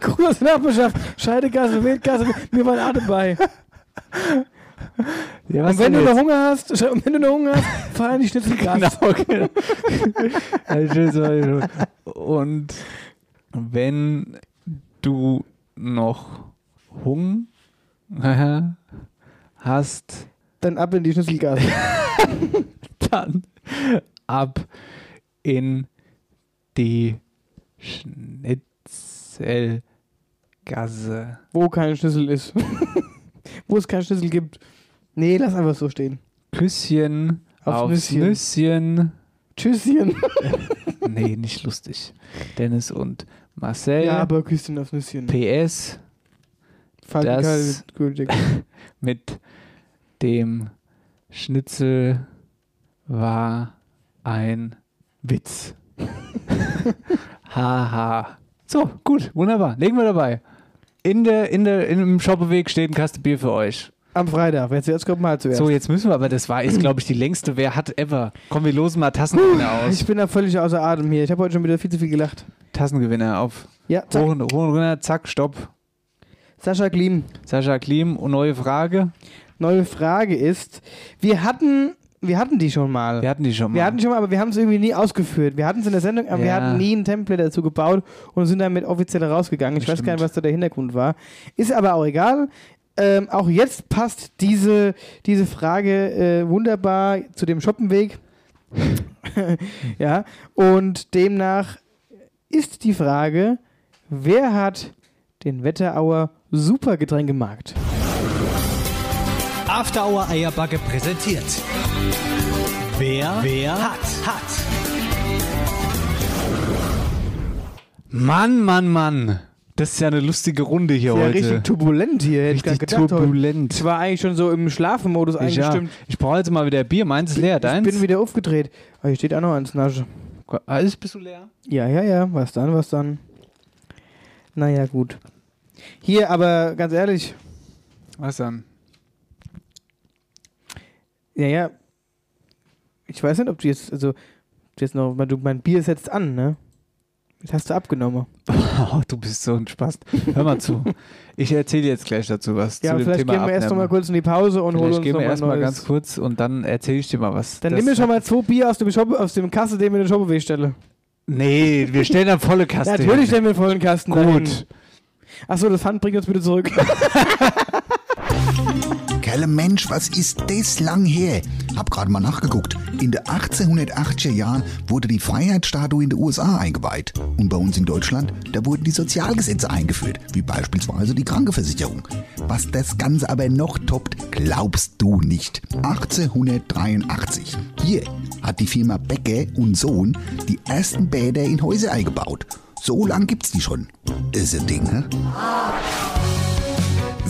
B: Große Nachbarschaft. Scheidegasse, Wildgasse. Wir waren alle dabei.
A: Ja,
B: Und wenn du noch Hunger hast, sch- und wenn du noch Hunger hast, fahr in die Schnitzelgasse.
A: Genau, genau. Ein schönes Beispiel. Und wenn du noch Hunger hast,
B: Dann ab in die Schnitzelgasse.
A: dann ab in die Schnitzelgasse.
B: Wo kein Schlüssel ist. Wo es keinen Schlüssel gibt. Nee, lass einfach so stehen.
A: Küsschen
B: Auf
A: aufs
B: Nüsschen.
A: Nüsschen.
B: Tschüsschen.
A: Nee, nicht lustig. Dennis und Marcel.
B: Ja, aber Küsschen aufs Nüsschen.
A: PS.
B: Faltenkal
A: Das-
B: wird gültig.
A: mit dem Schnitzel war ein Witz. Haha. So, gut, wunderbar. Legen wir dabei. In der, in der, im Shoppeweg steht ein Kasten Bier für euch.
B: Am Freitag. Wer zuerst kommt, mal zuerst.
A: So, jetzt müssen wir, aber das war, ist, glaube ich, die längste Wer hat ever. Komm, wir losen mal Tassengewinner aus.
B: ich bin da völlig außer Atem hier. Ich habe heute schon wieder viel zu viel gelacht.
A: Tassengewinner auf.
B: Ja, zack.
A: Hoch und, hoch und runter, zack, stopp.
B: Sascha Klim.
A: Sascha Klim, und neue Frage.
B: Neue Frage ist, wir hatten, wir hatten die schon mal.
A: Wir hatten die schon mal.
B: Wir hatten schon mal, aber wir haben es irgendwie nie ausgeführt. Wir hatten es in der Sendung, aber wir
A: Ja.
B: hatten nie ein Template dazu gebaut und sind damit offiziell rausgegangen. Ich
A: Das
B: weiß gar nicht,
A: stimmt.
B: was da der Hintergrund war. Ist aber auch egal. Ähm, auch jetzt passt diese, diese Frage äh, wunderbar zu dem Shoppenweg. ja, und demnach ist die Frage, wer hat den Wetterauer Supergetränkemarkt?
F: After Hour Eierbacke präsentiert. Wer, wer hat, hat.
A: Mann, Mann, Mann. Das ist ja eine lustige Runde hier
B: Ja,
A: heute.
B: richtig turbulent hier. Hätte ich gar
A: Richtig
B: nicht gedacht heute.
A: turbulent.
B: Ich war eigentlich schon so im Schlafmodus
A: Ich, ja,
B: eingestimmt.
A: ich brauche jetzt mal wieder Bier. Meins ist leer.
B: Ich
A: Deins?
B: bin wieder aufgedreht. Ah, hier steht auch noch eins Nasche.
A: ah, ist, bist du leer?
B: Ja, ja, ja. Was dann, was dann? Naja, gut. Hier, aber ganz ehrlich.
A: Was dann?
B: Ja, ja. Ich weiß nicht, ob du jetzt, also, ob du jetzt noch, mein- du, mein Bier setzt an, ne? Das hast du abgenommen.
A: Oh, du bist so ein Spaß. Hör mal zu. Ich erzähle jetzt gleich dazu was zu
B: ja, aber
A: dem
B: vielleicht
A: Thema
B: gehen wir erst noch mal
A: Abnehmen.
B: kurz in die Pause und holen
A: Vielleicht
B: uns
A: gehen
B: noch
A: wir
B: mal
A: erstmal
B: neues.
A: ganz kurz und dann erzähle ich dir mal was.
B: Dann
A: Das-
B: nimm mir schon mal zwei Bier aus dem, Shop, aus dem Kasten, den wir in den Shop stelle.
A: Nee, wir stellen dann volle Kaste.
B: Ja, natürlich
A: hin.
B: stellen wir einen vollen Kasten.
A: Gut.
B: Achso, das Pfand bringt uns bitte zurück.
D: Kerle Mensch, was ist das lang her? Hab gerade mal nachgeguckt. In den 1880er Jahren wurde die Freiheitsstatue in den USA eingeweiht. Und bei uns in Deutschland, da wurden die Sozialgesetze eingeführt, wie beispielsweise die Krankenversicherung. Was das Ganze aber noch toppt, glaubst du nicht. 1883. Hier hat die Firma Becke und Sohn die ersten Bäder in Häuser eingebaut. So lang gibt's die schon. Ist ein Ding, hä?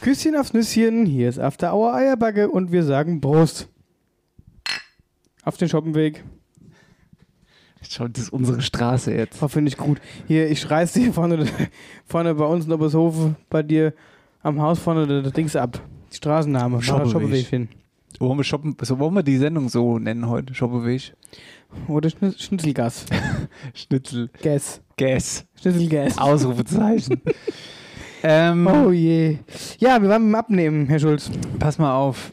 B: Küsschen aufs Nüsschen, hier ist After Hour Eierbacke und wir sagen Prost. Auf den Schoppenweg.
A: Schaut, das ist unsere Straße jetzt.
B: Oh, finde ich gut. Hier, ich reiß dir vorne, vorne bei uns in Obershofen, bei dir am Haus vorne das Dings ab. Die Straßenname. Mach
A: Schoppeweg.
B: das Schoppeweg hin.
A: Wollen wir, shoppen, so, wollen wir die Sendung so nennen heute? Shoppeweg?
B: Oder Schni- Schnitzelgas.
A: Schnitzel.
B: Gas.
A: Gas.
B: Schnitzelgas.
A: Ausrufezeichen. ähm,
B: Oh je. Ja, wir waren beim Abnehmen, Herr Schulz.
A: Pass mal auf.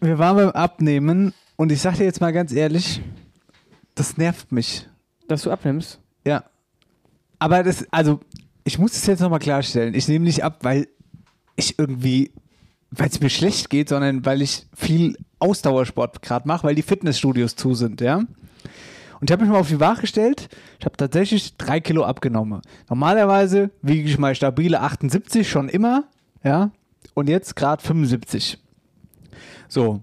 A: Wir waren beim Abnehmen und ich sag dir jetzt mal ganz ehrlich, das nervt mich.
B: Dass du abnimmst?
A: Ja. Aber das, also, ich muss es jetzt nochmal klarstellen. Ich nehme nicht ab, weil ich irgendwie, weil es mir schlecht geht, sondern weil ich viel Ausdauersport gerade mache, weil die Fitnessstudios zu sind, ja. Und ich habe mich mal auf die Waage gestellt. Ich habe tatsächlich drei Kilo abgenommen. Normalerweise wiege ich mal stabile 78 schon immer, ja. Und jetzt gerade 75. So.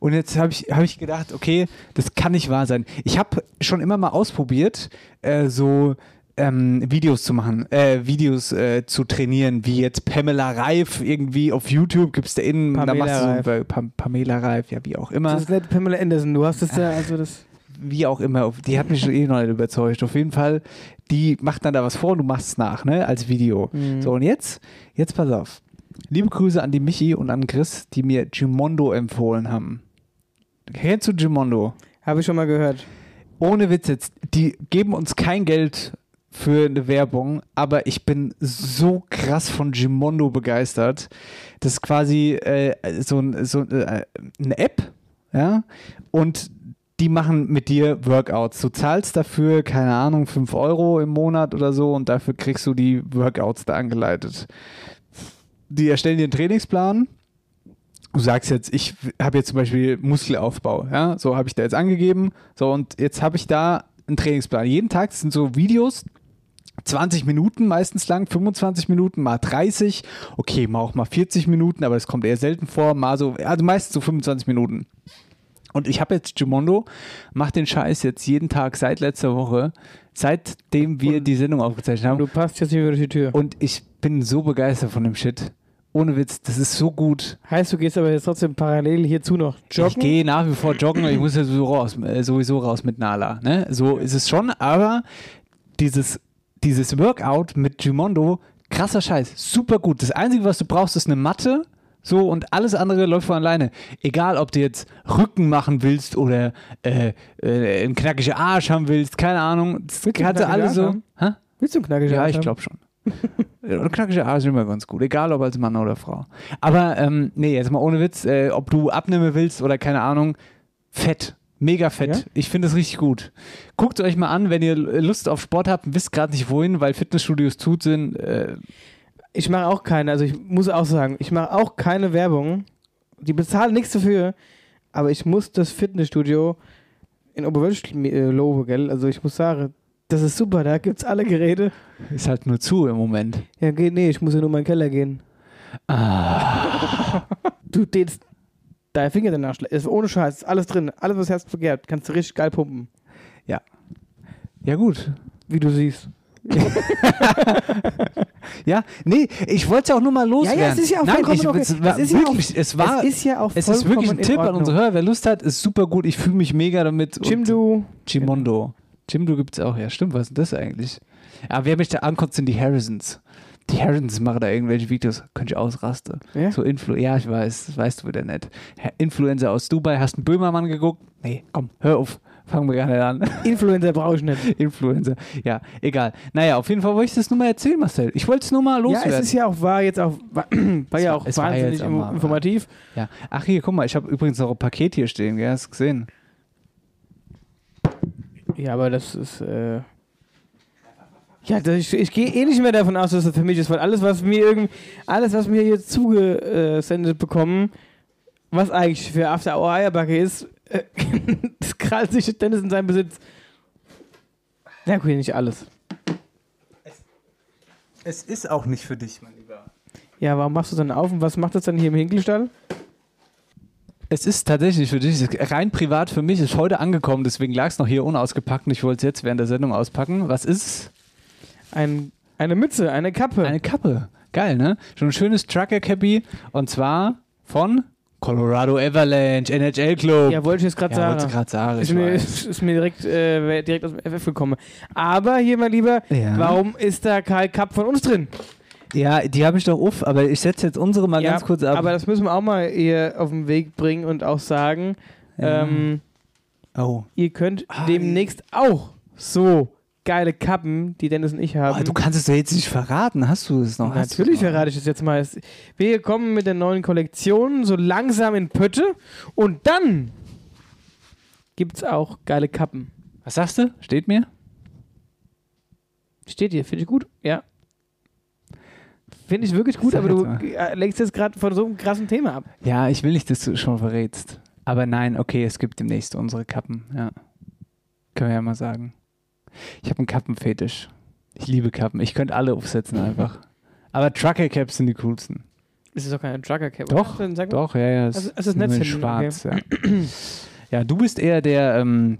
A: Und jetzt habe ich, hab ich gedacht, okay, das kann nicht wahr sein. Ich habe schon immer mal ausprobiert, äh, so ähm, Videos zu machen, äh, Videos äh, zu trainieren, wie jetzt Pamela Reif irgendwie auf YouTube gibt's da innen, da
B: Pamela
A: machst du so,
B: Reif.
A: äh, Pam Pamela Reif, ja, wie auch immer.
B: Das ist nicht Pamela Anderson. Du hast es ja, also das.
A: wie auch immer, auf- die hat mich eh noch nicht überzeugt. Auf jeden Fall, die macht dann da was vor und du machst es nach, ne, als Video. So, und jetzt, jetzt pass auf. Liebe Grüße an die Michi und an Chris, die mir Gimondo empfohlen haben. Kennst du Gimondo?
B: Habe ich schon mal gehört.
A: Ohne Witz jetzt, die geben uns kein Geld für eine Werbung, aber ich bin so krass von Gimondo begeistert. Das ist quasi äh, so, ein, so äh, eine App, ja, und die machen mit dir Workouts. Du zahlst dafür, keine Ahnung, 5 Euro im Monat oder so und dafür kriegst du die Workouts da angeleitet. Die erstellen dir einen Trainingsplan du sagst jetzt, ich habe jetzt zum Beispiel Muskelaufbau, ja, so habe ich da jetzt angegeben, so und jetzt habe ich da einen Trainingsplan. Jeden Tag sind so Videos, 20 Minuten meistens lang, 25 Minuten, mal 30, okay, mal auch mal 40 Minuten, aber das kommt eher selten vor, mal so, also meistens so 25 Minuten. Und ich habe jetzt Jumondo, macht den Scheiß jetzt jeden Tag seit letzter Woche, seitdem wir die Sendung aufgezeichnet haben.
B: Du passt jetzt nicht mehr durch die Tür.
A: Und ich bin so begeistert von dem Shit. Ohne Witz, das ist so gut.
B: Heißt, du gehst aber jetzt trotzdem parallel hierzu noch
A: Ich
B: joggen?
A: gehe nach wie vor joggen, ich muss ja sowieso raus, äh, sowieso raus mit Nala. Ne? So ist es schon, aber dieses, dieses Workout mit Gimondo, krasser Scheiß, super gut. Das Einzige, was du brauchst, ist eine Matte. So, und alles andere läuft von alleine. Egal, ob du jetzt Rücken machen willst oder äh, äh, einen knackigen Arsch haben willst, keine Ahnung. Das
B: Willst du
A: kannst du
B: einen
A: alles so.
B: knackigen
A: Hä?
B: Willst du einen knackigen
A: Ja,
B: Arsch
A: ich
B: haben?
A: glaube schon. Ein knackiger Arsch ist immer ganz gut, egal ob als Mann oder Frau. Aber ähm, nee, jetzt mal ohne Witz, äh, ob du abnehmen willst oder keine Ahnung, fett. Mega fett.
B: Ja?
A: Ich finde es richtig gut. Guckt euch mal an, wenn ihr Lust auf Sport habt und wisst gerade nicht wohin, weil Fitnessstudios tut sind. Äh,
B: Ich mache auch keine, also ich muss auch sagen, ich mache auch keine Werbung. Die bezahlen nichts dafür, aber ich muss das Fitnessstudio in Oberwölsch äh, loben, gell? Also ich muss sagen, das ist super, da gibt's alle Geräte.
A: ist halt nur zu im Moment.
B: Ja, geh, nee, ich muss ja nur in meinen Keller gehen.
A: Ah.
B: Du tätst deine Finger danach schle- ist Ohne Scheiß, ist alles drin. Alles, was Herz begehrt, kannst du richtig geil pumpen,
A: Ja, gut.
B: wie du siehst.
A: Ja, nee, ich wollte es ja auch nur mal loswerden.
B: ja, es ist ja auch
A: Nein,
B: vollkommen
A: ich,
B: okay.
A: es war
B: Es ist ja auch-
A: wirklich, es war,
B: es ist ja auch
A: es ist wirklich
B: vollkommen
A: ein
B: in
A: Tipp an
B: Ordnung.
A: unsere Hörer. Wer Lust hat, ist super gut. Ich fühle mich mega damit. und-
B: Jimdo,
A: Chimondo. Jimdo Genau. gibt's auch, ja, stimmt, was ist denn das eigentlich? Aber wer mich da ankommt, sind die Harrisons. Die Harrisons machen da irgendwelche Videos, könnte ich ausrasten.
B: Ja?
A: So Influ ja, ich weiß, das weißt du wieder nicht. Ha- Influencer aus Dubai, hast du einen Böhmermann geguckt? Nee, komm, hör auf, fangen wir gar nicht an.
B: Influencer brauche ich nicht.
A: Influencer, ja, egal. Naja, auf jeden Fall wollte ich das nur mal erzählen, Marcel. Ich wollte es nur mal
B: Ja,
A: loswerden.
B: es ist ja auch, war jetzt auch, war, war ja
A: war-
B: auch
A: es war
B: wahnsinnig
A: jetzt auch mal-
B: informativ.
A: Ja. Ach hier, guck mal, ich habe übrigens noch ein Paket hier stehen, gell, hast du gesehen?
B: Ja, aber das ist, äh, Ja, das, ich, ich gehe eh nicht mehr davon aus, dass das für mich ist, weil alles, was mir irgend, alles, was mir jetzt zugesendet bekommen, was eigentlich für After Hour Eierbacke ist, äh, das krallt sich Dennis in seinem Besitz. Na gut, nicht alles.
H: Es ist auch nicht für dich, mein Lieber.
B: Ja, warum machst du dann auf und was macht das dann hier im Hinkelstall?
A: Es ist tatsächlich für dich, rein privat für mich, ist heute angekommen, deswegen lag es noch hier unausgepackt und ich wollte es jetzt während der Sendung auspacken. Was ist?
B: Ein, eine Mütze, eine Kappe.
A: Eine Kappe. Geil, ne? Schon ein schönes Trucker-Cappy und zwar von Colorado Avalanche, NHL Club.
B: ja, wollte ich jetzt gerade
A: Ja,
B: sagen.
A: wollte gerade sagen.
B: Ist
A: Ich
B: mir,
A: weiß.
B: ist mir direkt, äh, wär direkt aus dem FF gekommen. Aber hier, mein Lieber,
A: Ja.
B: warum ist da Karl Kapp von uns drin?
A: ja, die habe ich doch auf, aber ich setze jetzt unsere mal
B: Ja,
A: ganz kurz ab.
B: Aber das müssen wir auch mal hier auf den Weg bringen und auch sagen, ähm,
A: oh.
B: ihr könnt demnächst auch so geile Kappen, die Dennis und ich haben.
A: oh, du kannst es doch jetzt nicht verraten. Hast du es noch? Hast
B: Natürlich
A: du's noch?
B: verrate ich es jetzt mal. Es- Wir kommen mit der neuen Kollektion so langsam in Pötte und dann gibt's auch geile Kappen.
A: Was sagst du? Steht mir?
B: Steht hier, finde ich gut. Ja. Finde ich wirklich gut,
A: Sag
B: aber du
A: jetzt mal.
B: äh, lenkst jetzt gerade von so einem krassen Thema ab.
A: Ja, ich will nicht, dass du schon verrätst. Aber nein, okay, es gibt demnächst unsere Kappen. Ja. Können wir ja mal sagen. Ich habe einen Kappenfetisch. Ich liebe Kappen. Ich könnte alle aufsetzen einfach. Aber Trucker Caps sind die coolsten.
B: Das ist doch kein Trucker Cap.
A: Doch,
B: Dann sag mal-
A: Doch, ja, ja.
B: Also-
A: Es
B: also das
A: ist nur
B: Netz
A: in
B: hinten,
A: schwarz, ja. Ja, du bist eher der, ähm,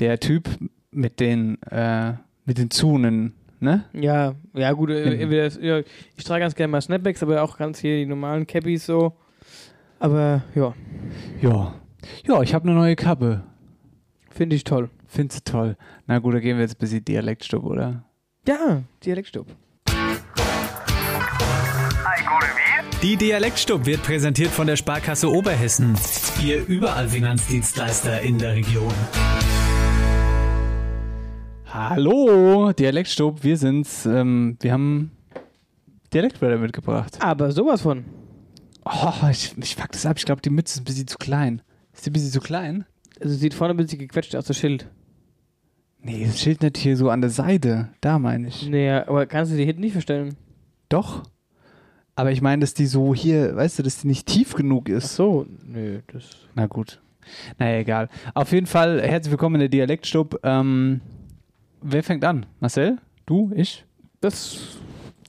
A: der Typ mit den, äh, mit den Zunen, ne?
B: Ja, ja gut, äh,
A: Mhm.
B: entweder das- ja, ich trage ganz gerne mal Snapbacks, aber auch ganz hier die normalen Cappies so. Aber ja,
A: Ja. Ja, ich habe eine neue Kappe.
B: finde ich toll.
A: Findest du toll. Na gut, da gehen wir jetzt ein bisschen Dialektstück, oder?
B: Ja, Dialektstub.
I: Die Dialektstub wird präsentiert von der Sparkasse Oberhessen. Ihr überall Finanzdienstleister in der Region.
A: Hallo, Dialektstub, wir sind's. Ähm, wir haben Dialektwörter mitgebracht.
B: Aber sowas von.
A: Oh, ich, ich fuck das ab. Ich glaube, die Mütze ist ein bisschen zu klein. Ist die ein bisschen zu klein?
B: Also sieht vorne ein bisschen gequetscht aus, das Schild.
A: Nee, das Schild nicht hier so an der Seite. Da meine ich.
B: Naja, aber kannst du die hinten nicht verstellen?
A: Doch. Aber ich meine, dass die so hier, weißt du, dass die nicht tief genug ist.
B: so, nö, das.
A: Na gut. Naja, egal. Auf jeden Fall, herzlich willkommen in der Dialektstub. Ähm, wer fängt an? Marcel? Du? Ich?
B: Das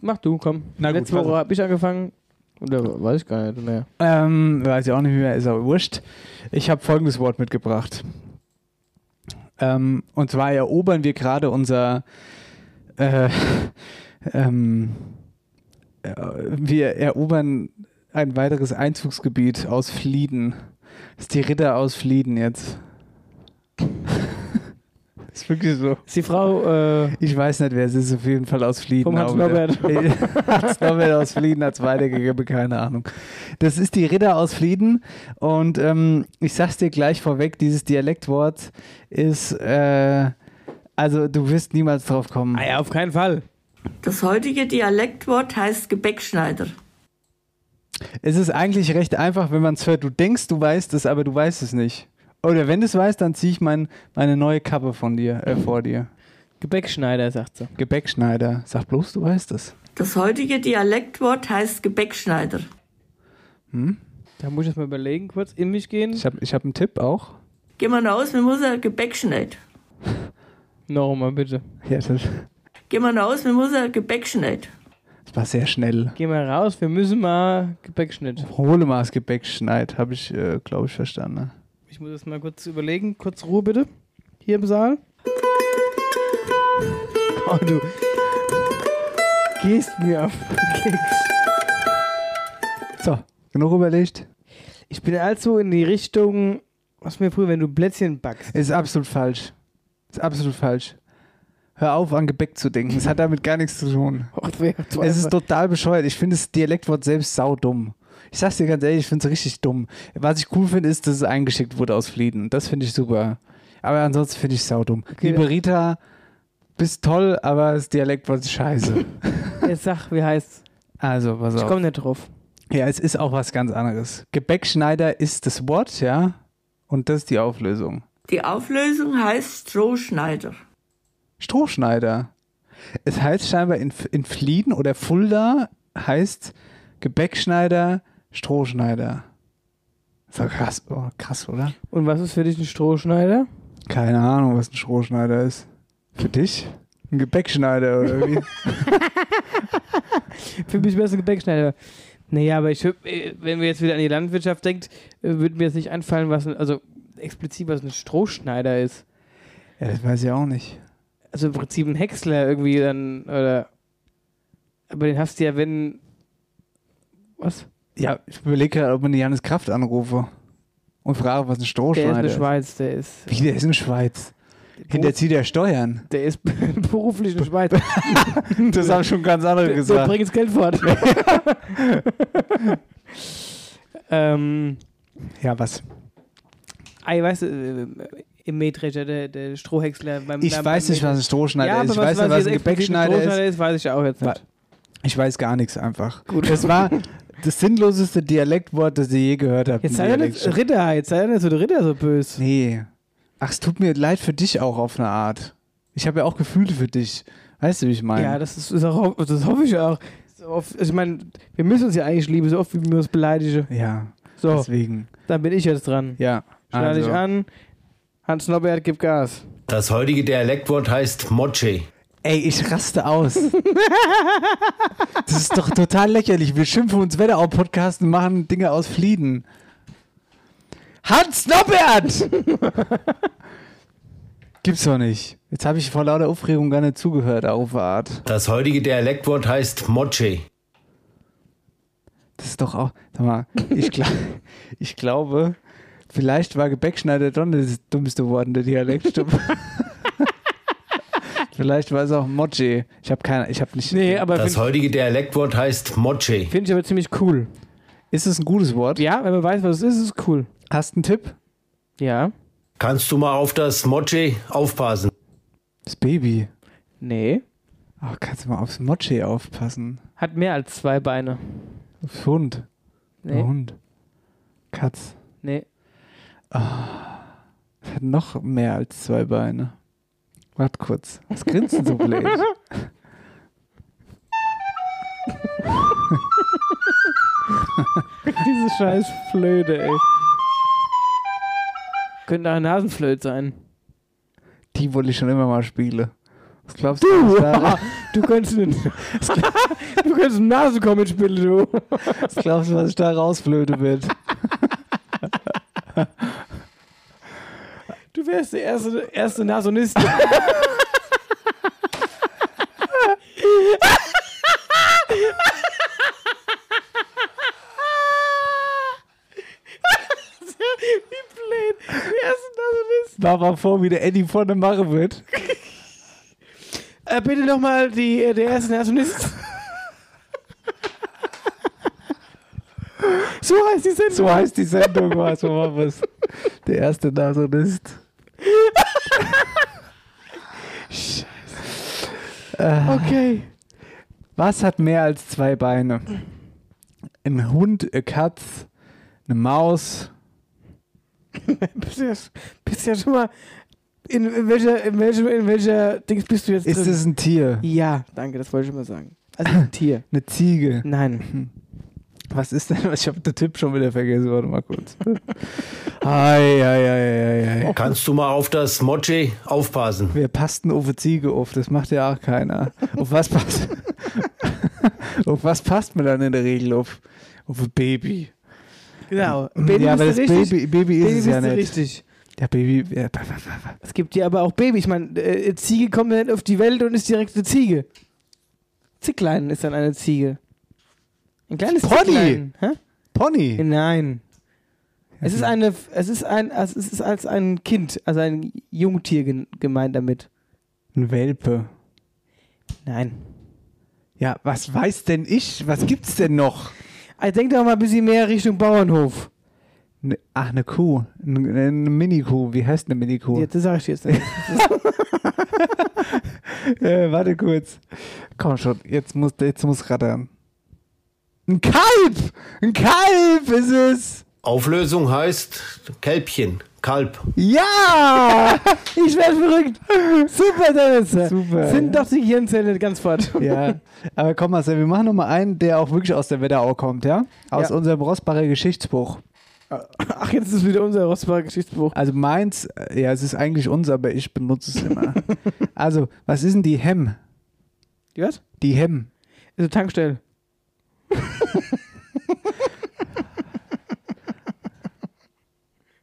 B: mach du, komm.
A: Na gut,
B: Letzte Woche
A: warte.
B: hab ich angefangen. Oder weiß ich gar nicht mehr.
A: Ähm, weiß ich auch nicht mehr, ist aber wurscht. Ich habe folgendes Wort mitgebracht. Ähm, und zwar erobern wir gerade unser. Äh, ähm, äh, wir erobern ein weiteres Einzugsgebiet aus Flieden. Das ist die Ritter aus Flieden jetzt. ist wirklich so.
B: Ist die Frau, äh,
A: Ich weiß nicht, wer es ist, auf jeden Fall aus Flieden.
B: Vom Hans
A: aber-
B: Norbert.
A: Äh, Hans Norbert aus Flieden hat es weitergegeben, keine Ahnung. Das ist die Ritter aus Flieden und ähm, ich sag's dir gleich vorweg, dieses Dialektwort ist, äh, also du wirst niemals drauf kommen.
B: ah ja, auf keinen Fall.
J: Das heutige Dialektwort heißt Gebäckschneider.
A: Es ist eigentlich recht einfach, wenn man es hört. Du denkst, du weißt es, aber du weißt es nicht. Oder wenn du es weißt, dann ziehe ich mein, meine neue Kappe von dir, äh, vor dir.
B: Gebäckschneider, sagt sie.
A: Gebäckschneider. Sag bloß, du weißt es.
J: Das heutige Dialektwort heißt Gebäckschneider.
B: Da muss ich jetzt mal überlegen, kurz in mich gehen.
A: Ich habe ich hab einen Tipp auch.
J: Geh mal raus, wir müssen ein Gebäck schneiden.
B: Nochmal bitte.
A: Ja, das,
J: Geh mal raus, wir müssen ein Gebäck schneiden.
A: das war sehr schnell.
B: Geh mal raus, wir müssen mal Gebäckschnitt.
A: Hole mal das Gebäck schneid, habe ich, äh, glaube ich, verstanden. Ne?
B: Ich muss jetzt mal kurz überlegen. Kurz Ruhe bitte. Hier im Saal. Oh, du gehst mir auf den Keks.
A: So, genug überlegt?
B: Ich bin allzu in die Richtung, was mir früher, wenn du Plätzchen backst.
A: Ist absolut falsch. Ist absolut falsch. Hör auf, an Gebäck zu denken. Es hat damit gar nichts zu tun. Es ist total bescheuert. Ich finde das Dialektwort selbst saudumm. Ich sag's dir ganz ehrlich, ich finde es richtig dumm. Was ich cool finde, ist, dass es eingeschickt wurde aus Flieden. Das finde ich super. Aber ansonsten finde ich es saudumm. Liebe Rita, bist toll, aber das Dialektwort ist scheiße.
B: Jetzt sag, wie heißt's?
A: Also, pass
B: Ich
A: auf.
B: komme nicht drauf.
A: Ja, es ist auch was ganz anderes. Gebäckschneider ist das Wort, ja. Und das ist die Auflösung.
J: Die Auflösung heißt Strohschneider.
A: Strohschneider. Es heißt scheinbar in, in Flieden oder Fulda heißt Gebäckschneider, Strohschneider. So krass, oh, krass, oder?
B: Und was ist für dich ein Strohschneider?
A: Keine Ahnung, was ein Strohschneider ist. Für dich? Ein Gebäckschneider oder wie?
B: Für mich wäre es ein Gebäckschneider. Naja, aber ich, würd- äh, wenn wir jetzt wieder an die Landwirtschaft denkt, äh, würde mir jetzt nicht einfallen, was, ein- also explizit, was ein Strohschneider ist.
A: ja, das weiß ich auch nicht.
B: Also im Prinzip ein Häcksler irgendwie dann, oder. Aber den hast du ja, wenn. Was?
A: Ja, ich überlege gerade, ob man die Janis Kraft anrufe und frage, was ein
B: Der ist
A: Strohschneider
B: in der
A: ist.
B: Schweiz, der ist.
A: Wie, der ist in der Schweiz. Hinterzieht er Steuern.
B: Der ist beruflich in der Schweiz.
A: Das haben schon ganz andere
B: So,
A: gesagt.
B: bring das Geld fort. ähm,
A: Ja, was?
B: ey, weißt du, Ah, äh, im Mähdrescher, der, der Strohhäcksler. Beim,
A: Ich
B: beim,
A: weiß
B: beim
A: nicht, was ein Strohschneider
B: ja,
A: ist.
B: aber
A: Ich weiß nicht, was
B: jetzt
A: ein
B: explizit
A: Gebäckschneider ist.
B: Strohschneider ist, weiß ich auch jetzt nicht.
A: Ich weiß gar nichts einfach. Gut. Das war das sinnloseste Dialektwort, das ihr je gehört habt.
B: Jetzt
A: im
B: sei doch
A: Dialekt.
B: nicht Ritter, jetzt sei doch nicht so der Ritter so böse.
A: Nee. Ach, es tut mir leid für dich auch auf eine Art. Ich habe ja auch Gefühle für dich. Weißt du, wie ich meine?
B: Ja, das, ist, ist auch, das hoffe ich auch. So oft, also ich meine, wir müssen uns ja eigentlich lieben, so oft wie wir uns beleidigen.
A: Ja,
B: So,
A: deswegen.
B: dann bin ich jetzt dran.
A: Ja.
B: Schnall
A: also.
B: dich an, Hans Norbert, gib Gas.
K: Das heutige Dialektwort heißt Moche.
A: Ey, ich raste aus. das ist doch total lächerlich. Wir schimpfen uns Wetterau-Podcast und machen Dinge aus Flieden. Hans Noppert! Gibt's doch nicht. Jetzt habe ich vor lauter Aufregung gar nicht zugehört, auf eine Art.
K: Das heutige Dialektwort heißt Moche.
A: Das ist doch auch. Sag mal, ich, gla ich glaube, vielleicht war Gebäckschneider doch das dummste Wort in der Dialektstube. vielleicht war es auch Mochi. Ich habe keine. Ich habe nicht.
B: Nee, aber
K: Das
B: finde
K: heutige Dialektwort heißt Moche.
B: find ich aber ziemlich cool.
A: Ist es ein gutes Wort?
B: Ja, wenn man weiß, was es ist, ist es cool.
A: Hast du einen Tipp?
B: Ja.
K: Kannst du mal auf das Moche aufpassen?
A: Das Baby.
B: Nee.
A: Ach, Ah, kannst du mal aufs Mochi aufpassen?
B: Hat mehr als zwei Beine.
A: Aufs Hund.
B: Nee.
A: Hund. Katz.
B: Nee.
A: Das hat noch mehr als zwei Beine. Warte kurz. Was grinst denn so blöd?
B: Diese scheiß Flöte, ey. Könnte auch ein Nasenflöte sein.
A: Die wollte ich schon immer mal spielen. Was glaubst du? was da-
B: Du könntest einen, du könntest einen Nasencomic spielen, du.
A: Was glaubst du, was ich da rausflöte wird?
B: Du wärst der erste, erste Nasonist. Wie blöd. Der erste Nasonist.
A: Mach mal vor, wie der Eddie vorne machen wird.
B: Äh, bitte nochmal die, äh, der erste Nasonist. So heißt die Sendung.
A: So heißt die Sendung, was so machen wir's. Der erste Nasonist.
B: Okay.
A: Was hat mehr als zwei Beine? Ein Hund, eine Katz, eine Maus.
B: Bist ja, bist ja schon mal. In, in welcher, in welcher, in welcher Dings bist du jetzt
A: Ist
B: drin?
A: es ein Tier?
B: Ja, danke, das wollte ich mal sagen. Also ein Tier.
A: Eine Ziege?
B: Nein.
A: Was ist denn? Ich habe den Tipp schon wieder vergessen. Warte mal kurz. Ei, ei, ei, ei, ei.
K: Kannst du mal auf das Moche aufpassen?
A: Wer passt denn auf eine Ziege auf? Das macht ja auch keiner. Auf was passt? auf was passt man dann in der Regel auf? Auf ein Baby.
B: Genau. Baby
A: ja,
B: bist
A: aber
B: du
A: das
B: richtig.
A: Baby, Baby ist
B: Baby
A: es
B: bist
A: ja
B: du
A: nicht.
B: richtig.
A: Der Baby. Ja,
B: Es gibt ja aber auch Baby. Ich meine, äh, Ziege kommt ja nicht auf die Welt und ist direkt eine Ziege. Zicklein ist dann eine Ziege. Ein kleines
A: Pony!
B: Zicklein. Hä?
A: Pony.
B: Nein. Es ist eine, es ist ein, es ist als ein Kind, also ein Jungtier gen- gemeint damit.
A: Ein Welpe.
B: Nein.
A: Ja, was weiß denn ich? Was gibt's denn noch?
B: Ich denk doch mal ein bisschen mehr Richtung Bauernhof.
A: Ne, ach, eine Kuh. N- Eine Mini-Kuh. Wie heißt eine Mini-Kuh?
B: Jetzt das sag ich dir jetzt nicht.
A: Äh, warte kurz. Komm schon, jetzt muss, jetzt muss rattern. Ein Kalb! Ein Kalb ist es!
K: Auflösung heißt Kälbchen, Kalb.
B: Ja! Ich werde verrückt. Super, Dennis.
G: Super.
B: Sind doch die Hirnzellen ganz fort.
G: Ja, aber komm Marcel, wir machen nochmal einen, der auch wirklich aus der Wetterau kommt, ja? Aus
B: Ja.
G: unserem Rossbacher Geschichtsbuch.
B: Ach, jetzt ist wieder unser Rossbacher Geschichtsbuch.
G: Also meins, äh, ja, es ist eigentlich uns, aber ich benutze es immer. also, was ist denn die Hemm?
B: Die was?
G: Die Hemm.
B: Also Tankstellen.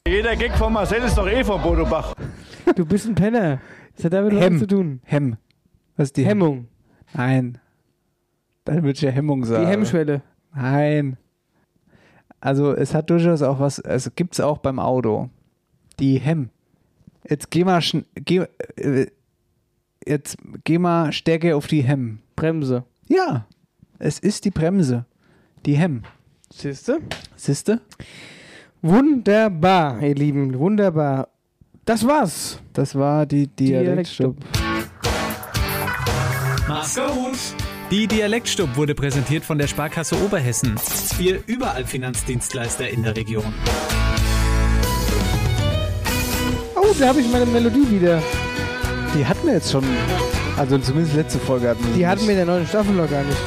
L: Jeder Gag von Marcel ist doch eh von Bodo Bach.
B: Du bist ein Penner. Das hat damit
G: Hemm.
B: nichts zu tun.
G: Hemm. Was ist die Hemm?
B: Hemmung.
G: Nein. Dann würde ich ja Hemmung sagen.
B: Die Hemmschwelle.
G: Nein. Also es hat durchaus auch was, also gibt es auch beim Auto. Die Hemm. Jetzt geh mal, schn- geh, äh, jetzt geh mal stärker auf die Hemm.
B: Bremse.
G: Ja, es ist die Bremse. Die Hemm.
B: Siehste?
G: Siehste?
B: Wunderbar, ihr Lieben. Wunderbar. Das war's.
G: Das war die Dialektstub.
F: Mach's gut! Die Dialektstub wurde präsentiert von der Sparkasse Oberhessen. Wir überall Finanzdienstleister in der Region.
B: Oh, da habe ich meine Melodie wieder.
G: Die hatten wir jetzt schon, also zumindest letzte Folge hatten wir
B: Die
G: sie
B: hatten wir in
G: nicht.
B: der neuen Staffel noch gar nicht.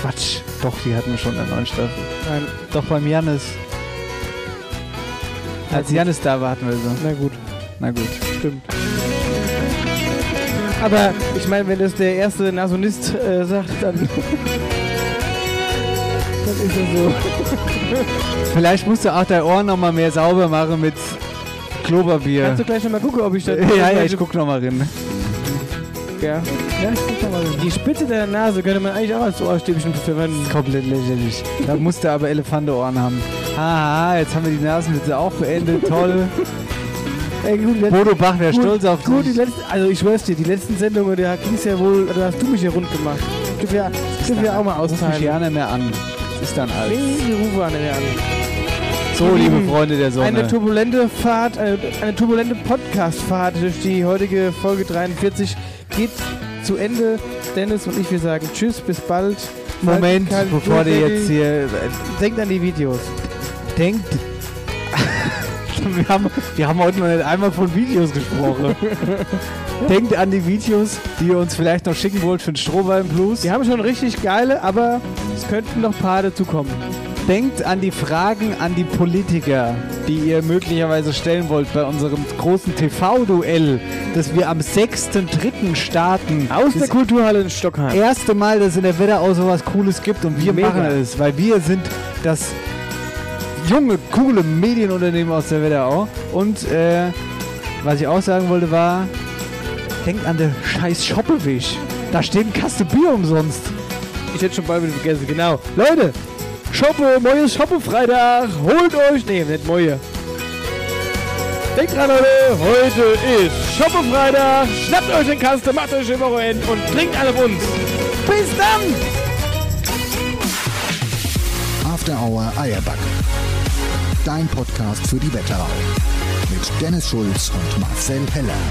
G: Quatsch. Doch, die hatten wir schon in der neuen Staffel.
B: Nein.
G: Doch beim Janis. Als Janis da war, hatten wir so.
B: Na gut.
G: Na gut.
B: Stimmt. Aber ich meine, wenn das der erste Nasonist äh, sagt, dann. dann ist er so.
G: Vielleicht musst du auch dein Ohr nochmal mehr sauber machen mit Klopapier.
B: Kannst du gleich nochmal gucken, ob ich das.
G: Ja, ja, ich guck nochmal rein.
B: Ja. ja ich guck noch mal. Die Spitze deiner Nase könnte man eigentlich auch als Ohrstäbchen verwenden.
G: Komplett lächerlich. Da musste aber Elefanteohren haben. Haha, jetzt haben wir die Nasenwitze auch beendet. Toll.
B: Ey, gut, letzt-
G: Bodo Bach wäre
B: gut,
G: stolz auf
B: gut, die
G: dich.
B: letzten, Also, ich schwör's dir, die letzten Sendungen, da ging's ja wohl. Da hast du mich ja rund gemacht. Dürfen wir, dürfen wir auch mal
G: Ruf mich ja
B: austeilen.
G: nicht mehr an. Das ist dann alt.
B: Nee, die Rufe an, der an.
G: So, Oh, liebe Freunde der Sonne.
B: Eine turbulente Fahrt, eine, eine turbulente Podcast-Fahrt durch die heutige Folge 43 geht zu Ende. Dennis und ich, wir sagen Tschüss, bis bald.
G: Moment,
B: Seid kein
G: bevor du
B: Blutegel.
G: jetzt hier.
B: Denkt an die Videos.
G: Denkt. wir, haben, wir haben heute noch nicht einmal von Videos gesprochen. Denkt an die Videos, die ihr uns vielleicht noch schicken wollt für den Strohballen Blues.
B: Wir haben schon richtig geile, aber es könnten noch ein paar dazukommen.
G: Denkt an die Fragen an die Politiker, die ihr möglicherweise stellen wollt bei unserem großen TV-Duell, das wir am 6.3. starten.
B: Aus
G: Das
B: der Kulturhalle in Stockheim.
G: erste Mal, dass in der Wetterau sowas Cooles gibt und wir
B: Mega.
G: machen es, weil wir sind das junge, coole Medienunternehmen aus der Wetterau. Und äh, was ich auch sagen wollte war, denkt an den scheiß Schoppeweg. Da steht ein Kasten Bier umsonst.
B: Ich hätte schon bald wieder vergessen, genau. Leute, Shoppe, Moje Shoppe Freitag, holt euch, nee, nicht Moje. Denkt dran, Leute, heute ist Shoppe Freitag, schnappt euch den Kasten, macht euch im Wochenende und trinkt alle auf uns. Bis dann!
D: After Hour Eierbacke. Dein Podcast für die Wetterau. Mit Dennis Schulz und Marcel Heller.